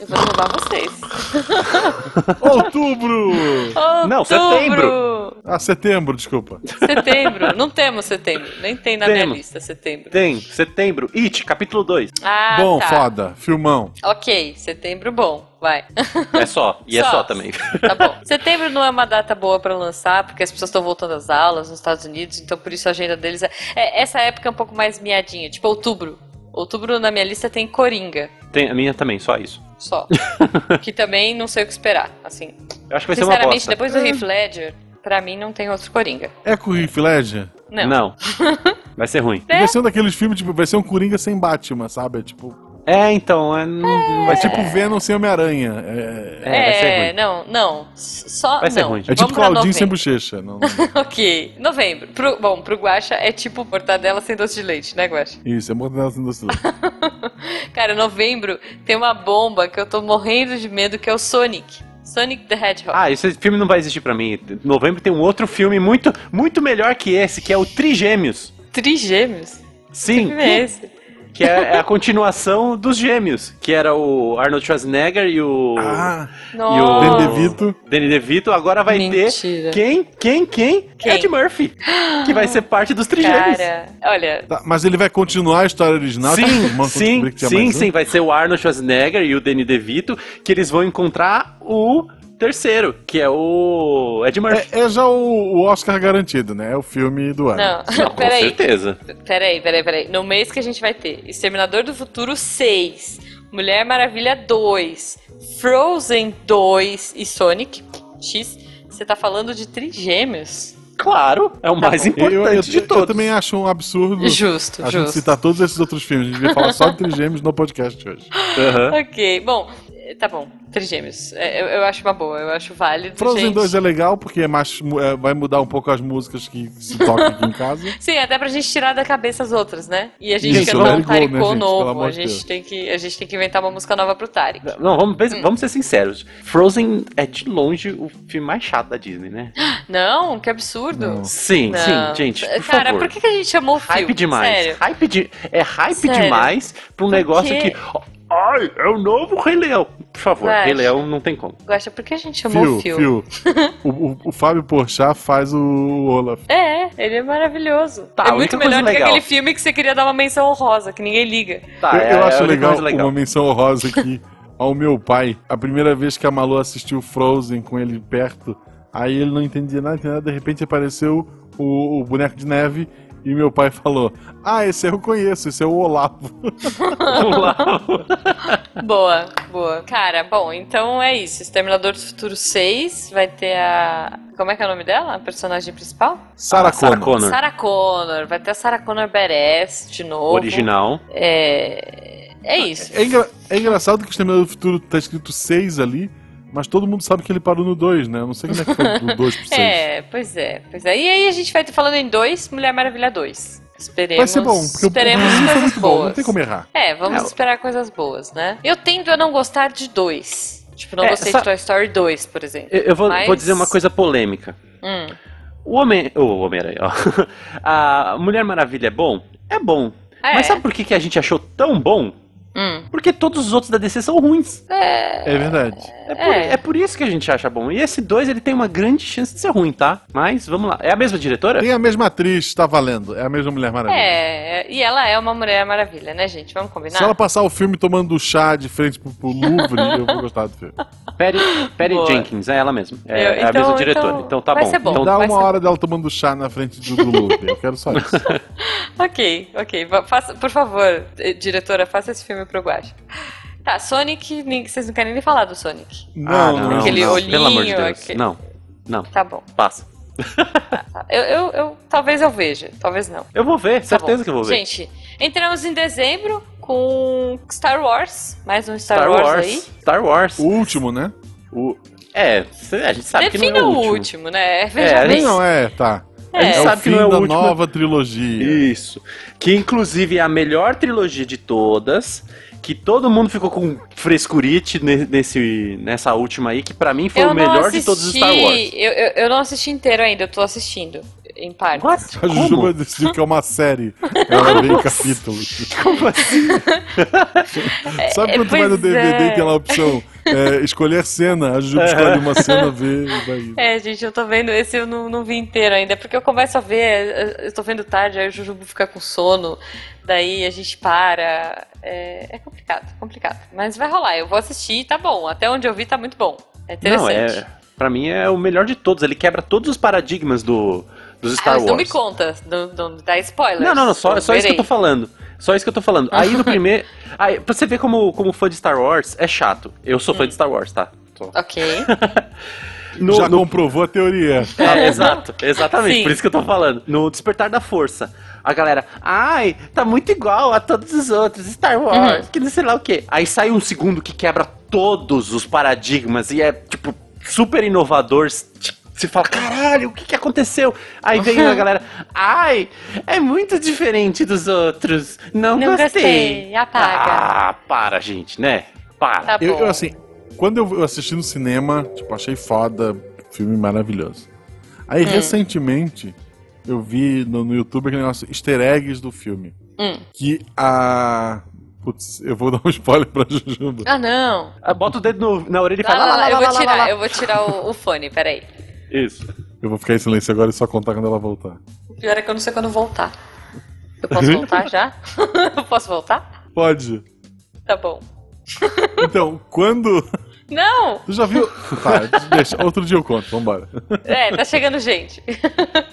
[SPEAKER 1] Eu vou derrubar vocês.
[SPEAKER 2] Outubro!
[SPEAKER 3] Não,
[SPEAKER 1] Outubro!
[SPEAKER 2] ah, setembro, desculpa.
[SPEAKER 1] Setembro. Não temos setembro. Nem tem na minha
[SPEAKER 3] Temos.
[SPEAKER 1] lista setembro.
[SPEAKER 3] Tem, setembro, It, capítulo 2.
[SPEAKER 1] Ah,
[SPEAKER 2] Bom,
[SPEAKER 1] tá.
[SPEAKER 2] foda, filmão.
[SPEAKER 1] Ok, setembro bom, vai.
[SPEAKER 3] É só, e é
[SPEAKER 1] Só.
[SPEAKER 3] só também.
[SPEAKER 1] Tá bom. Setembro não é uma data boa pra lançar, porque as pessoas estão voltando às aulas nos Estados Unidos, então por isso a agenda deles é... é, Essa época é um pouco mais miadinha, tipo outubro. Outubro na minha lista tem Coringa,
[SPEAKER 3] Tem, a minha também, só isso.
[SPEAKER 1] só. que também não sei o que esperar, assim.
[SPEAKER 3] Eu acho que vai ser uma
[SPEAKER 1] Sinceramente,
[SPEAKER 3] bosta. É.
[SPEAKER 1] depois do Heath Ledger, pra mim não tem outro Coringa.
[SPEAKER 2] É com o Heath Ledger?
[SPEAKER 1] Não.
[SPEAKER 3] Não. Vai ser ruim.
[SPEAKER 1] É.
[SPEAKER 2] Vai ser um daqueles filmes, tipo, vai ser um Coringa sem Batman, sabe? É tipo,
[SPEAKER 3] É, então, é, não, não vai
[SPEAKER 2] é
[SPEAKER 3] ser.
[SPEAKER 2] tipo Venom sem Homem-Aranha. É,
[SPEAKER 3] É, vai ser ruim.
[SPEAKER 1] não, não. S- Só
[SPEAKER 3] Vai ser
[SPEAKER 1] não.
[SPEAKER 3] ruim, gente.
[SPEAKER 2] é tipo
[SPEAKER 1] Vamos pra
[SPEAKER 2] Claudinho sem
[SPEAKER 1] novembro.
[SPEAKER 2] bochecha. Não,
[SPEAKER 1] Ok, novembro. Pro- bom, pro Guaxa é tipo mortadela sem doce de leite, né, Guaxa?
[SPEAKER 2] isso, é Mortadela sem doce de leite.
[SPEAKER 1] Cara, novembro tem uma bomba que eu tô morrendo de medo, que é o Sonic. Sonic the Hedgehog.
[SPEAKER 3] Ah, esse filme não vai existir pra mim. Novembro tem um outro filme muito, muito melhor que esse, que é o Trigêmeos.
[SPEAKER 1] Trigêmeos?
[SPEAKER 3] Sim,
[SPEAKER 1] Que é esse?
[SPEAKER 3] que é a continuação dos Gêmeos, que era o Arnold Schwarzenegger e o
[SPEAKER 2] Ah, Dan
[SPEAKER 3] Oh.
[SPEAKER 1] Nossa.
[SPEAKER 2] DeVito.
[SPEAKER 3] Danny DeVito. Agora vai
[SPEAKER 1] Mentira.
[SPEAKER 3] ter quem, quem, quem?
[SPEAKER 1] Quem?
[SPEAKER 3] Ed Murphy, que vai ser parte dos Trigêmeos.
[SPEAKER 1] Cara, olha,
[SPEAKER 2] Tá, mas ele vai continuar a história original? Tipo,
[SPEAKER 3] Sim,
[SPEAKER 2] irmão,
[SPEAKER 3] sim,
[SPEAKER 2] descobrir que tinha
[SPEAKER 3] sim,
[SPEAKER 2] mais um?
[SPEAKER 3] sim, vai ser o Arnold Schwarzenegger e o Danny DeVito que eles vão encontrar o terceiro, que é o Ed Murphy.
[SPEAKER 2] É, é já o, o Oscar garantido, né? É o filme do ano.
[SPEAKER 1] não,
[SPEAKER 3] Não, com
[SPEAKER 1] É, peraí,
[SPEAKER 3] certeza.
[SPEAKER 1] peraí, peraí, peraí. No mês que a gente vai ter Exterminador do Futuro 6, Mulher Maravilha 2, Frozen 2 e Sonic X. Você tá falando de trigêmeos?
[SPEAKER 3] Claro, é o
[SPEAKER 1] Tá
[SPEAKER 3] mais
[SPEAKER 1] bom.
[SPEAKER 3] importante
[SPEAKER 2] eu, eu-
[SPEAKER 3] de
[SPEAKER 2] eu
[SPEAKER 3] todos.
[SPEAKER 2] também acho um absurdo
[SPEAKER 1] Justo,
[SPEAKER 2] a gente
[SPEAKER 1] justo.
[SPEAKER 2] citar todos esses outros filmes. A gente devia falar só de Trigêmeos no podcast hoje.
[SPEAKER 3] Aham.
[SPEAKER 1] Ok, bom, Tá bom, Trigêmeos. É, eu, eu acho uma boa, eu acho válido.
[SPEAKER 2] Frozen
[SPEAKER 1] gente.
[SPEAKER 2] 2 é legal porque é mais, mu- é, vai mudar um pouco as músicas que se tocam aqui em casa.
[SPEAKER 1] Sim, até pra gente tirar da cabeça as outras, né? E a gente
[SPEAKER 2] Isso,
[SPEAKER 1] cantar um
[SPEAKER 2] let it go, né,
[SPEAKER 1] taricô
[SPEAKER 2] gente? Pelo
[SPEAKER 1] novo.
[SPEAKER 2] amor
[SPEAKER 1] A
[SPEAKER 2] de Deus.
[SPEAKER 1] gente, tem que, a gente tem que inventar uma música nova pro Tarek.
[SPEAKER 3] Não, vamos,
[SPEAKER 1] É.
[SPEAKER 3] pensa- vamos ser sinceros. Frozen é de longe o filme mais chato da Disney, né?
[SPEAKER 1] Não, que absurdo.
[SPEAKER 2] Não.
[SPEAKER 3] Sim,
[SPEAKER 1] Não.
[SPEAKER 3] sim, gente. Por
[SPEAKER 1] Cara,
[SPEAKER 3] favor.
[SPEAKER 1] por que, que a gente chamou o filme?
[SPEAKER 3] Hype demais.
[SPEAKER 1] Sério.
[SPEAKER 3] Hype de, é hype
[SPEAKER 1] Sério.
[SPEAKER 3] demais pra um negócio
[SPEAKER 1] quê?
[SPEAKER 3] que. Ai, é o novo Rei Leão. Por favor,
[SPEAKER 1] Vai.
[SPEAKER 3] Rei Leão não tem como.
[SPEAKER 1] Gosta, por que a gente chamou o
[SPEAKER 2] Fio,
[SPEAKER 1] filme?
[SPEAKER 2] Fio. O, o, o Fábio Porchat faz o Olaf.
[SPEAKER 1] É, ele é maravilhoso.
[SPEAKER 3] Tá,
[SPEAKER 1] é
[SPEAKER 3] a
[SPEAKER 1] muito
[SPEAKER 3] única coisa
[SPEAKER 1] melhor do que
[SPEAKER 3] legal.
[SPEAKER 1] aquele filme que você queria dar uma menção honrosa, que ninguém liga.
[SPEAKER 3] Tá,
[SPEAKER 2] eu
[SPEAKER 3] é-
[SPEAKER 2] eu
[SPEAKER 3] é a
[SPEAKER 2] acho
[SPEAKER 3] única
[SPEAKER 2] legal,
[SPEAKER 3] coisa legal.
[SPEAKER 2] uma menção honrosa aqui ao meu pai. A primeira vez que a Malu assistiu Frozen com ele perto, aí ele não entendia nada, entendia nada, de repente apareceu o, o boneco de neve e meu pai falou: Ah, esse eu conheço, esse é o Olavo.
[SPEAKER 3] Vamos lá.
[SPEAKER 1] Boa, boa. Cara, bom, então é isso. Exterminador do Futuro 6 vai ter a. Como é que é o nome dela? A personagem principal?
[SPEAKER 2] Sarah
[SPEAKER 3] Sarah
[SPEAKER 2] Connor.
[SPEAKER 3] Connor.
[SPEAKER 1] Sarah Connor. Vai ter a Sarah Connor Beres de novo.
[SPEAKER 3] Original.
[SPEAKER 1] É. É isso.
[SPEAKER 2] É, engra- é engraçado que o Exterminador do Futuro tá escrito 6 ali, mas todo mundo sabe que ele parou no 2, né? Eu não sei como é que foi do 2 pro 6.
[SPEAKER 1] É, pois é, pois é. E aí a gente vai ter falando em dois, Mulher Maravilha 2. Esperemos.
[SPEAKER 2] Vai ser bom, porque o-
[SPEAKER 1] esperemos
[SPEAKER 2] o foi
[SPEAKER 1] É, coisas
[SPEAKER 2] muito
[SPEAKER 1] boas.
[SPEAKER 2] bom, não tem como errar.
[SPEAKER 1] É, vamos
[SPEAKER 3] Não.
[SPEAKER 1] esperar coisas boas, né? Eu tendo a não gostar de dois. Tipo, não
[SPEAKER 3] É,
[SPEAKER 1] gostei
[SPEAKER 3] só-
[SPEAKER 1] de Toy Story 2, por exemplo.
[SPEAKER 3] Eu, eu vou,
[SPEAKER 1] Mas-
[SPEAKER 3] vou dizer uma coisa polêmica.
[SPEAKER 1] Hum.
[SPEAKER 3] O Homem. O Homem-Aranha, ó. A Mulher Maravilha é bom? É bom.
[SPEAKER 1] É.
[SPEAKER 3] Mas sabe por que, que a gente achou tão bom?
[SPEAKER 1] Hum.
[SPEAKER 3] Porque todos os outros da DC são ruins.
[SPEAKER 2] É verdade.
[SPEAKER 3] É por,
[SPEAKER 1] É.
[SPEAKER 3] é por isso que a gente acha bom. E esse dois ele tem uma grande chance de ser ruim, tá? Mas vamos lá. É a mesma diretora?
[SPEAKER 2] Tem a mesma atriz, tá valendo. É a mesma Mulher Maravilha.
[SPEAKER 1] É, e ela é uma Mulher Maravilha, né, gente? Vamos combinar?
[SPEAKER 2] Se ela passar o filme tomando chá de frente pro, pro Louvre, eu vou gostar do filme.
[SPEAKER 3] Perry, Perry
[SPEAKER 1] Boa.
[SPEAKER 3] Jenkins, é ela mesma. É,
[SPEAKER 1] Eu-
[SPEAKER 3] é a
[SPEAKER 1] então-
[SPEAKER 3] mesma diretora. Então, tá
[SPEAKER 1] vai
[SPEAKER 3] bom.
[SPEAKER 1] ser bom.
[SPEAKER 3] Então,
[SPEAKER 2] Dá
[SPEAKER 1] vai
[SPEAKER 2] uma
[SPEAKER 1] ser-
[SPEAKER 2] hora dela tomando chá na frente do, do Louvre. Eu quero só isso.
[SPEAKER 3] Ah,
[SPEAKER 1] Ok, ok. Va- Faça, por favor, eh, diretora, faça esse filme pro Guaxa. Tá, Sonic, nem- vocês não querem nem falar do Sonic.
[SPEAKER 3] Ah, não, não,
[SPEAKER 1] Aquele
[SPEAKER 3] não.
[SPEAKER 1] olhinho,
[SPEAKER 3] Pelo amor de Deus.
[SPEAKER 1] aquele-
[SPEAKER 3] Não, não.
[SPEAKER 1] Tá bom.
[SPEAKER 3] Passa.
[SPEAKER 1] Tá. Eu, eu, eu- talvez eu veja, talvez não.
[SPEAKER 3] Eu vou ver,
[SPEAKER 1] Tá
[SPEAKER 3] certeza
[SPEAKER 1] bom.
[SPEAKER 3] que eu vou ver.
[SPEAKER 1] Gente, entramos em dezembro com Star Wars, mais um Star,
[SPEAKER 3] Star
[SPEAKER 1] Wars,
[SPEAKER 3] Wars,
[SPEAKER 1] aí.
[SPEAKER 3] Star Wars.
[SPEAKER 2] O último, né?
[SPEAKER 3] O- É, cê- a gente sabe que
[SPEAKER 1] Defina
[SPEAKER 3] não é o último.
[SPEAKER 1] né? Veja
[SPEAKER 3] É,
[SPEAKER 1] bem.
[SPEAKER 2] Não, é, tá.
[SPEAKER 1] É. A gente
[SPEAKER 2] o
[SPEAKER 3] sabe que
[SPEAKER 2] fim
[SPEAKER 3] não é o
[SPEAKER 2] da
[SPEAKER 3] último.
[SPEAKER 2] nova trilogia.
[SPEAKER 3] Isso. Que inclusive é a melhor trilogia de todas. Que todo mundo ficou com frescurite ne- nesse, nessa última aí, que pra mim foi
[SPEAKER 1] eu
[SPEAKER 3] o
[SPEAKER 1] não
[SPEAKER 3] melhor
[SPEAKER 1] assisti,
[SPEAKER 3] de todos os Star Wars.
[SPEAKER 1] Eu, eu, eu não assisti inteiro ainda, eu tô assistindo, em parte.
[SPEAKER 3] What?
[SPEAKER 2] A Jujuba
[SPEAKER 3] Como?
[SPEAKER 2] decidiu que é uma série. Ela vem em capítulos.
[SPEAKER 3] Como assim?
[SPEAKER 2] Sabe quando tu vai no
[SPEAKER 1] É, pois
[SPEAKER 2] DVD e
[SPEAKER 1] é.
[SPEAKER 2] tem lá a opção é, escolher cena? A
[SPEAKER 3] É.
[SPEAKER 2] Jujuba escolhe uma cena, vê e vai.
[SPEAKER 1] É, gente, eu tô vendo esse, eu não, não vi inteiro ainda, é porque eu começo a ver, eh, eu tô vendo tarde, aí o Jujubu fica com sono, daí a gente para. É, é complicado, complicado. Mas vai rolar, eu vou assistir, tá bom. Até onde eu vi tá muito bom. É
[SPEAKER 3] Não,
[SPEAKER 1] interessante.
[SPEAKER 3] é. Pra mim é o melhor de todos. Ele quebra todos os paradigmas do, dos
[SPEAKER 1] Ah,
[SPEAKER 3] Star
[SPEAKER 1] Não me
[SPEAKER 3] Wars.
[SPEAKER 1] conta, não, não dá spoiler.
[SPEAKER 3] Não, não, não, só, só isso que eu tô falando. Só isso que eu tô falando. Aí no primeiro. Aí, pra você ver como, como fã de Star Wars é chato. Eu sou
[SPEAKER 1] Hum.
[SPEAKER 3] fã de Star Wars, tá? Só.
[SPEAKER 1] Ok.
[SPEAKER 3] No-
[SPEAKER 2] Já
[SPEAKER 3] no-
[SPEAKER 2] comprovou a teoria.
[SPEAKER 3] É, exato, exatamente,
[SPEAKER 1] Sim.
[SPEAKER 3] por isso que eu tô falando. No Despertar da Força, a galera, ai, tá muito igual a todos os outros, Star
[SPEAKER 1] Uhum.
[SPEAKER 3] Wars, que não sei lá o quê. Aí sai um segundo que quebra todos os paradigmas e é, tipo, super inovador. s- t- Você fala, caralho, o que, que aconteceu? Aí vem a galera, ai, é muito diferente dos outros. Não,
[SPEAKER 1] Não gostei, apaga.
[SPEAKER 3] Ah, para, gente, né? Para.
[SPEAKER 1] Tá bom.
[SPEAKER 2] Eu, eu, assim, quando eu eu assisti no cinema, tipo, achei foda, filme maravilhoso.
[SPEAKER 1] Hum.
[SPEAKER 2] Aí, recentemente, eu vi no, no YouTube aquele negócio easter eggs do filme.
[SPEAKER 1] Hum.
[SPEAKER 2] Que a. Putz, eu vou dar um spoiler pra Jujuba.
[SPEAKER 1] Ah, não.
[SPEAKER 3] Ah, Bota o dedo no- na orelha e
[SPEAKER 1] Lá,
[SPEAKER 3] fala,
[SPEAKER 1] lá, lá, eu
[SPEAKER 3] Tá, lá,
[SPEAKER 1] vou
[SPEAKER 3] lá, lá,
[SPEAKER 1] tirar,
[SPEAKER 3] lá.
[SPEAKER 1] eu vou tirar o, o fone, peraí.
[SPEAKER 3] Isso.
[SPEAKER 2] Eu vou ficar em silêncio agora e só contar quando ela voltar.
[SPEAKER 1] O pior é que eu não sei quando voltar. Eu posso
[SPEAKER 3] Uhum.
[SPEAKER 1] voltar já? eu posso voltar?
[SPEAKER 2] Pode.
[SPEAKER 1] Tá bom.
[SPEAKER 2] Então, quando.
[SPEAKER 1] Não!
[SPEAKER 2] Tu já viu. Tá, deixa. Outro dia eu conto, vambora.
[SPEAKER 1] É, tá chegando gente.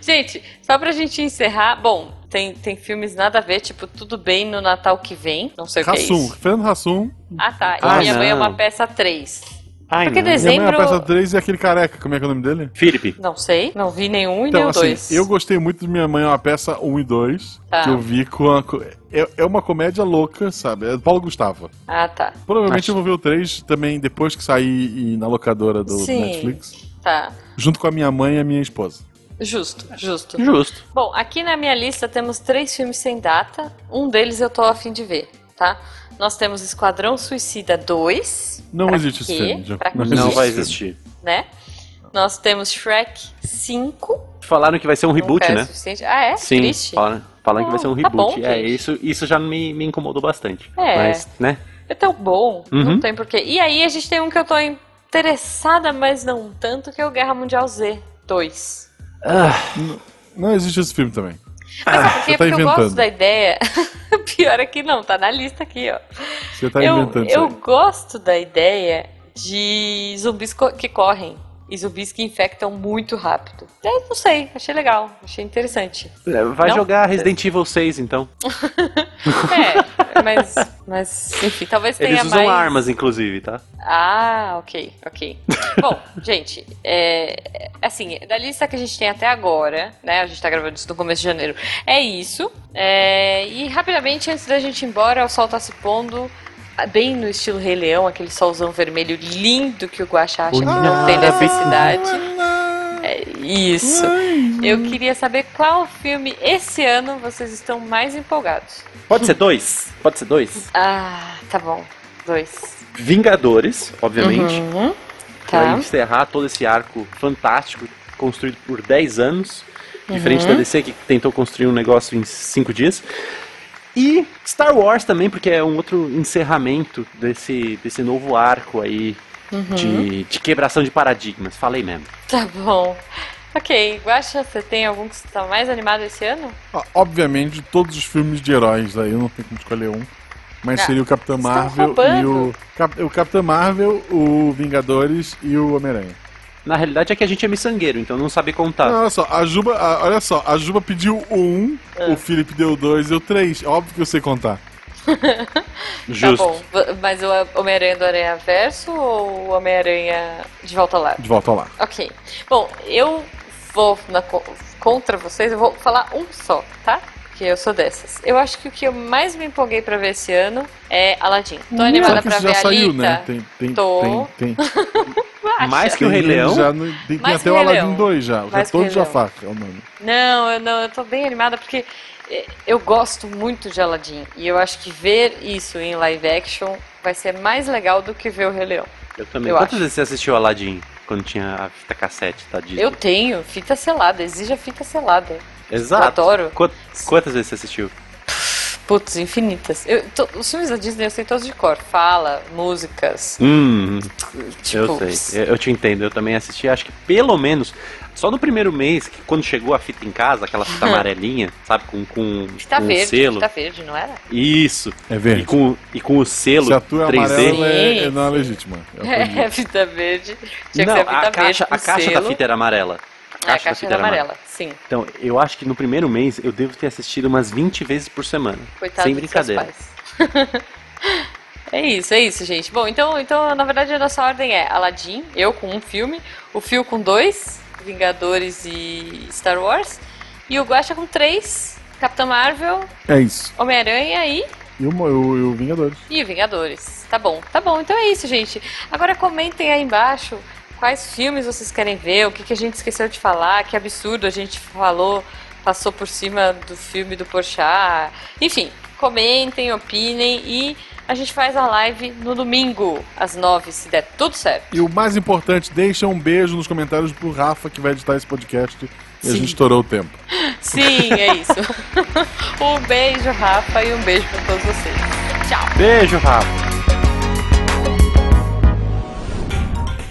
[SPEAKER 1] gente, só pra gente encerrar, bom, tem, tem filmes nada a ver, tipo, tudo bem no Natal que vem. Não sei o que é
[SPEAKER 2] Rassum,
[SPEAKER 1] isso.
[SPEAKER 2] Fernando Rassum.
[SPEAKER 1] Ah, tá. E
[SPEAKER 3] Ah,
[SPEAKER 1] minha mãe é
[SPEAKER 3] não.
[SPEAKER 1] uma peça 3.
[SPEAKER 3] Ai,
[SPEAKER 1] Porque
[SPEAKER 3] não.
[SPEAKER 1] desenho-
[SPEAKER 2] Minha mãe
[SPEAKER 1] Dezembro-
[SPEAKER 2] na peça 3 e aquele careca, como é que é o nome dele?
[SPEAKER 3] Felipe,
[SPEAKER 1] Não sei, não vi nenhum e
[SPEAKER 2] Então,
[SPEAKER 1] nem o
[SPEAKER 2] assim,
[SPEAKER 1] dois.
[SPEAKER 2] eu gostei muito de Minha Mãe é uma peça 1 e 2,
[SPEAKER 1] Tá.
[SPEAKER 2] que eu vi com a... co- É, é uma comédia louca, sabe? É do Paulo Gustavo.
[SPEAKER 1] Ah, tá.
[SPEAKER 2] Provavelmente
[SPEAKER 3] Acho-
[SPEAKER 2] eu vou ver o 3 também depois que sair e- na locadora do, do
[SPEAKER 1] Sim.
[SPEAKER 2] Netflix.
[SPEAKER 1] Tá.
[SPEAKER 2] Junto com a minha mãe e a minha esposa.
[SPEAKER 1] Justo, justo.
[SPEAKER 3] justo.
[SPEAKER 1] Bom, aqui na minha lista temos três filmes sem data. Um deles eu tô a fim de ver, tá? Nós temos Esquadrão Suicida 2.
[SPEAKER 2] Não
[SPEAKER 1] Pra
[SPEAKER 2] existe esse
[SPEAKER 1] quê?
[SPEAKER 2] filme, já-
[SPEAKER 1] Pra
[SPEAKER 2] não
[SPEAKER 1] quê?
[SPEAKER 2] Não
[SPEAKER 3] Não
[SPEAKER 2] existe.
[SPEAKER 3] vai existir.
[SPEAKER 1] Né? Nós temos Shrek 5.
[SPEAKER 3] Falaram que vai ser um reboot,
[SPEAKER 1] Nunca é
[SPEAKER 3] né?
[SPEAKER 1] suficiente. Ah, é?
[SPEAKER 3] Sim,
[SPEAKER 1] Triste.
[SPEAKER 3] falaram, falaram que vai ser um
[SPEAKER 1] Tá bom,
[SPEAKER 3] reboot. é,
[SPEAKER 1] gente.
[SPEAKER 3] isso, isso já me, me incomodou bastante.
[SPEAKER 1] É.
[SPEAKER 3] Mas, né?
[SPEAKER 1] É tão bom, não
[SPEAKER 3] Uhum.
[SPEAKER 1] tem porquê. E aí a gente tem um que eu tô interessada, mas não tanto, que é o Guerra Mundial Z 2.
[SPEAKER 3] Ah,
[SPEAKER 2] Não existe esse filme também.
[SPEAKER 1] Mas sabe por quê?
[SPEAKER 2] você tá
[SPEAKER 1] Porque eu gosto
[SPEAKER 2] inventando.
[SPEAKER 1] da ideia. Pior é que não, tá na lista aqui, ó.
[SPEAKER 2] Você tá
[SPEAKER 1] eu
[SPEAKER 2] inventando
[SPEAKER 1] eu
[SPEAKER 2] isso
[SPEAKER 1] gosto da ideia de zumbis co- que correm. E zumbis que infectam muito rápido. Eu não sei, achei legal, achei interessante.
[SPEAKER 3] vai
[SPEAKER 1] Não?
[SPEAKER 3] jogar Resident Evil 6, então.
[SPEAKER 1] É, mas, mas enfim, talvez tenha
[SPEAKER 3] Eles usam
[SPEAKER 1] mais.
[SPEAKER 3] armas, inclusive, tá?
[SPEAKER 1] Ah, ok, ok. Bom, gente, é, assim, da lista que a gente tem até agora, né? A gente tá gravando isso no começo de janeiro. É isso. É, e rapidamente, antes da gente ir embora, o sol tá se pondo. ah, Bem no estilo Rei Leão, aquele solzão vermelho lindo que o Guaxa acha que não
[SPEAKER 3] Olha,
[SPEAKER 1] tem
[SPEAKER 3] bem-
[SPEAKER 1] necessidade. É isso.
[SPEAKER 2] Ah.
[SPEAKER 1] Eu queria saber qual filme esse ano vocês estão mais empolgados.
[SPEAKER 3] Pode ser dois. Pode ser dois.
[SPEAKER 1] Ah, tá bom. Dois.
[SPEAKER 3] Vingadores, obviamente.
[SPEAKER 1] Uhum.
[SPEAKER 3] Pra
[SPEAKER 1] Tá.
[SPEAKER 3] encerrar todo esse arco fantástico construído por 10 anos.
[SPEAKER 1] Uhum.
[SPEAKER 3] Diferente da DC, que tentou construir um negócio em 5 dias. E Star Wars também, porque é um outro encerramento desse, desse novo arco aí Uhum.
[SPEAKER 1] Uhum.
[SPEAKER 3] de, de quebração de paradigmas. Falei mesmo.
[SPEAKER 1] Tá bom. Ok, Guaxa, você tem algum que você tá mais animado esse ano?
[SPEAKER 2] Ah, Obviamente, de todos os filmes de heróis aí, eu não tenho como escolher um. Mas
[SPEAKER 1] Ah,
[SPEAKER 2] seria o Capitão
[SPEAKER 1] estão
[SPEAKER 2] Marvel e
[SPEAKER 1] roubando.
[SPEAKER 2] o. Cap- O Capitão Marvel, o Vingadores e o Homem-Aranha.
[SPEAKER 3] Na realidade é que a gente é miçangueiro, então não sabe
[SPEAKER 1] Tá.
[SPEAKER 3] contar.
[SPEAKER 2] Não, olha só, a Juba, a- olha só, a Juba pediu o um,
[SPEAKER 1] É.
[SPEAKER 2] o Felipe deu dois, eu três. É Óbvio que eu sei contar.
[SPEAKER 3] Justo.
[SPEAKER 1] Tá bom, v- mas o Homem-Aranha do Aranha Verso ou o Homem-Aranha de Volta ao Lar?
[SPEAKER 2] De volta lá.
[SPEAKER 1] Ok. Bom, eu vou na co- contra vocês, eu vou falar um só, tá? Porque eu sou dessas. Eu acho que o que eu mais me empolguei pra ver esse ano é Aladdin. Tô animada
[SPEAKER 2] Só que
[SPEAKER 1] pra
[SPEAKER 2] isso
[SPEAKER 1] ver
[SPEAKER 2] já
[SPEAKER 1] a
[SPEAKER 2] saiu,
[SPEAKER 1] Alita.
[SPEAKER 2] né? Tem, tem,
[SPEAKER 1] Tô.
[SPEAKER 2] tem, tem.
[SPEAKER 1] Guaxa.
[SPEAKER 3] Mais que o
[SPEAKER 2] Tem
[SPEAKER 3] Rei
[SPEAKER 2] ele
[SPEAKER 3] Leão.
[SPEAKER 2] já no- tem, tem
[SPEAKER 1] Mais que
[SPEAKER 2] até o
[SPEAKER 1] o Rei
[SPEAKER 2] Aladdin
[SPEAKER 1] Leão.
[SPEAKER 2] 2 já. O
[SPEAKER 1] Mais que o
[SPEAKER 2] Retorno
[SPEAKER 1] Rei
[SPEAKER 2] de
[SPEAKER 1] Leão.
[SPEAKER 2] Jafar é o nome.
[SPEAKER 1] Não, eu não, eu tô bem animada porque eh, eu gosto muito de Aladdin e eu acho que ver isso em live action vai ser mais legal do que ver o Rei Leão.
[SPEAKER 3] Eu também.
[SPEAKER 1] Eu
[SPEAKER 3] Quantas
[SPEAKER 1] acho.
[SPEAKER 3] vezes você assistiu Aladdin quando tinha a fita cassete da Disney?
[SPEAKER 1] Eu tenho fita selada, exija fita selada.
[SPEAKER 3] Exato.
[SPEAKER 1] Eu adoro.
[SPEAKER 3] Quant- Quantas vezes você assistiu?
[SPEAKER 1] Putz, infinitas. Eu, to- os filmes da Disney eu sei todos de cor, fala, músicas.
[SPEAKER 3] Hum,
[SPEAKER 1] Tipo,
[SPEAKER 3] eu sei. É Eu, eu te entendo. Eu também assisti, acho que pelo menos. Só no primeiro mês, que quando chegou a fita em casa, aquela fita amarelinha, sabe? Com, com,
[SPEAKER 1] Fita
[SPEAKER 3] com o
[SPEAKER 1] verde,
[SPEAKER 3] um selo.
[SPEAKER 1] fita verde, não era?
[SPEAKER 3] Isso.
[SPEAKER 2] É
[SPEAKER 3] E
[SPEAKER 2] verde.
[SPEAKER 3] com, e com o selo
[SPEAKER 2] Se a tua é
[SPEAKER 3] 3D.
[SPEAKER 2] amarela, é, é- não é
[SPEAKER 1] Sim, sim.
[SPEAKER 2] legítima. Eu aprendi.
[SPEAKER 1] É, fita verde. Tinha
[SPEAKER 3] Não,
[SPEAKER 1] que ser fita
[SPEAKER 3] a
[SPEAKER 1] verde
[SPEAKER 3] caixa,
[SPEAKER 1] com
[SPEAKER 3] a caixa da
[SPEAKER 1] selo.
[SPEAKER 3] fita era amarela.
[SPEAKER 1] É, a caixa era amarela, sim.
[SPEAKER 3] Então, eu acho que no primeiro mês eu devo ter assistido umas 20 vezes por semana.
[SPEAKER 1] Coitado
[SPEAKER 3] sem
[SPEAKER 1] dos seus
[SPEAKER 3] brincadeira.
[SPEAKER 1] pais. É isso, é isso, gente. Bom, então, então na verdade a nossa ordem é Aladdin, eu com um filme, o Fio com dois, Vingadores e Star Wars, e o Guaxa com três, Capitão Marvel,
[SPEAKER 2] É isso.
[SPEAKER 1] Homem-Aranha e,
[SPEAKER 2] E o, o, e o Vingadores.
[SPEAKER 1] e Vingadores. Tá bom, tá bom. Então é isso, gente. Agora comentem aí embaixo quais filmes vocês querem ver, o que, que a gente esqueceu de falar, que absurdo a gente falou, passou por cima do filme do Porchat. Enfim, comentem, opinem e a gente faz a live no domingo, às nove, se der tudo certo.
[SPEAKER 2] E o mais importante, deixa um beijo nos comentários pro Rafa que vai editar esse podcast. E a
[SPEAKER 1] Sim.
[SPEAKER 2] gente estourou o tempo.
[SPEAKER 1] Sim, é isso. um beijo, Rafa, e um beijo pra todos vocês. Tchau!
[SPEAKER 3] Beijo, Rafa.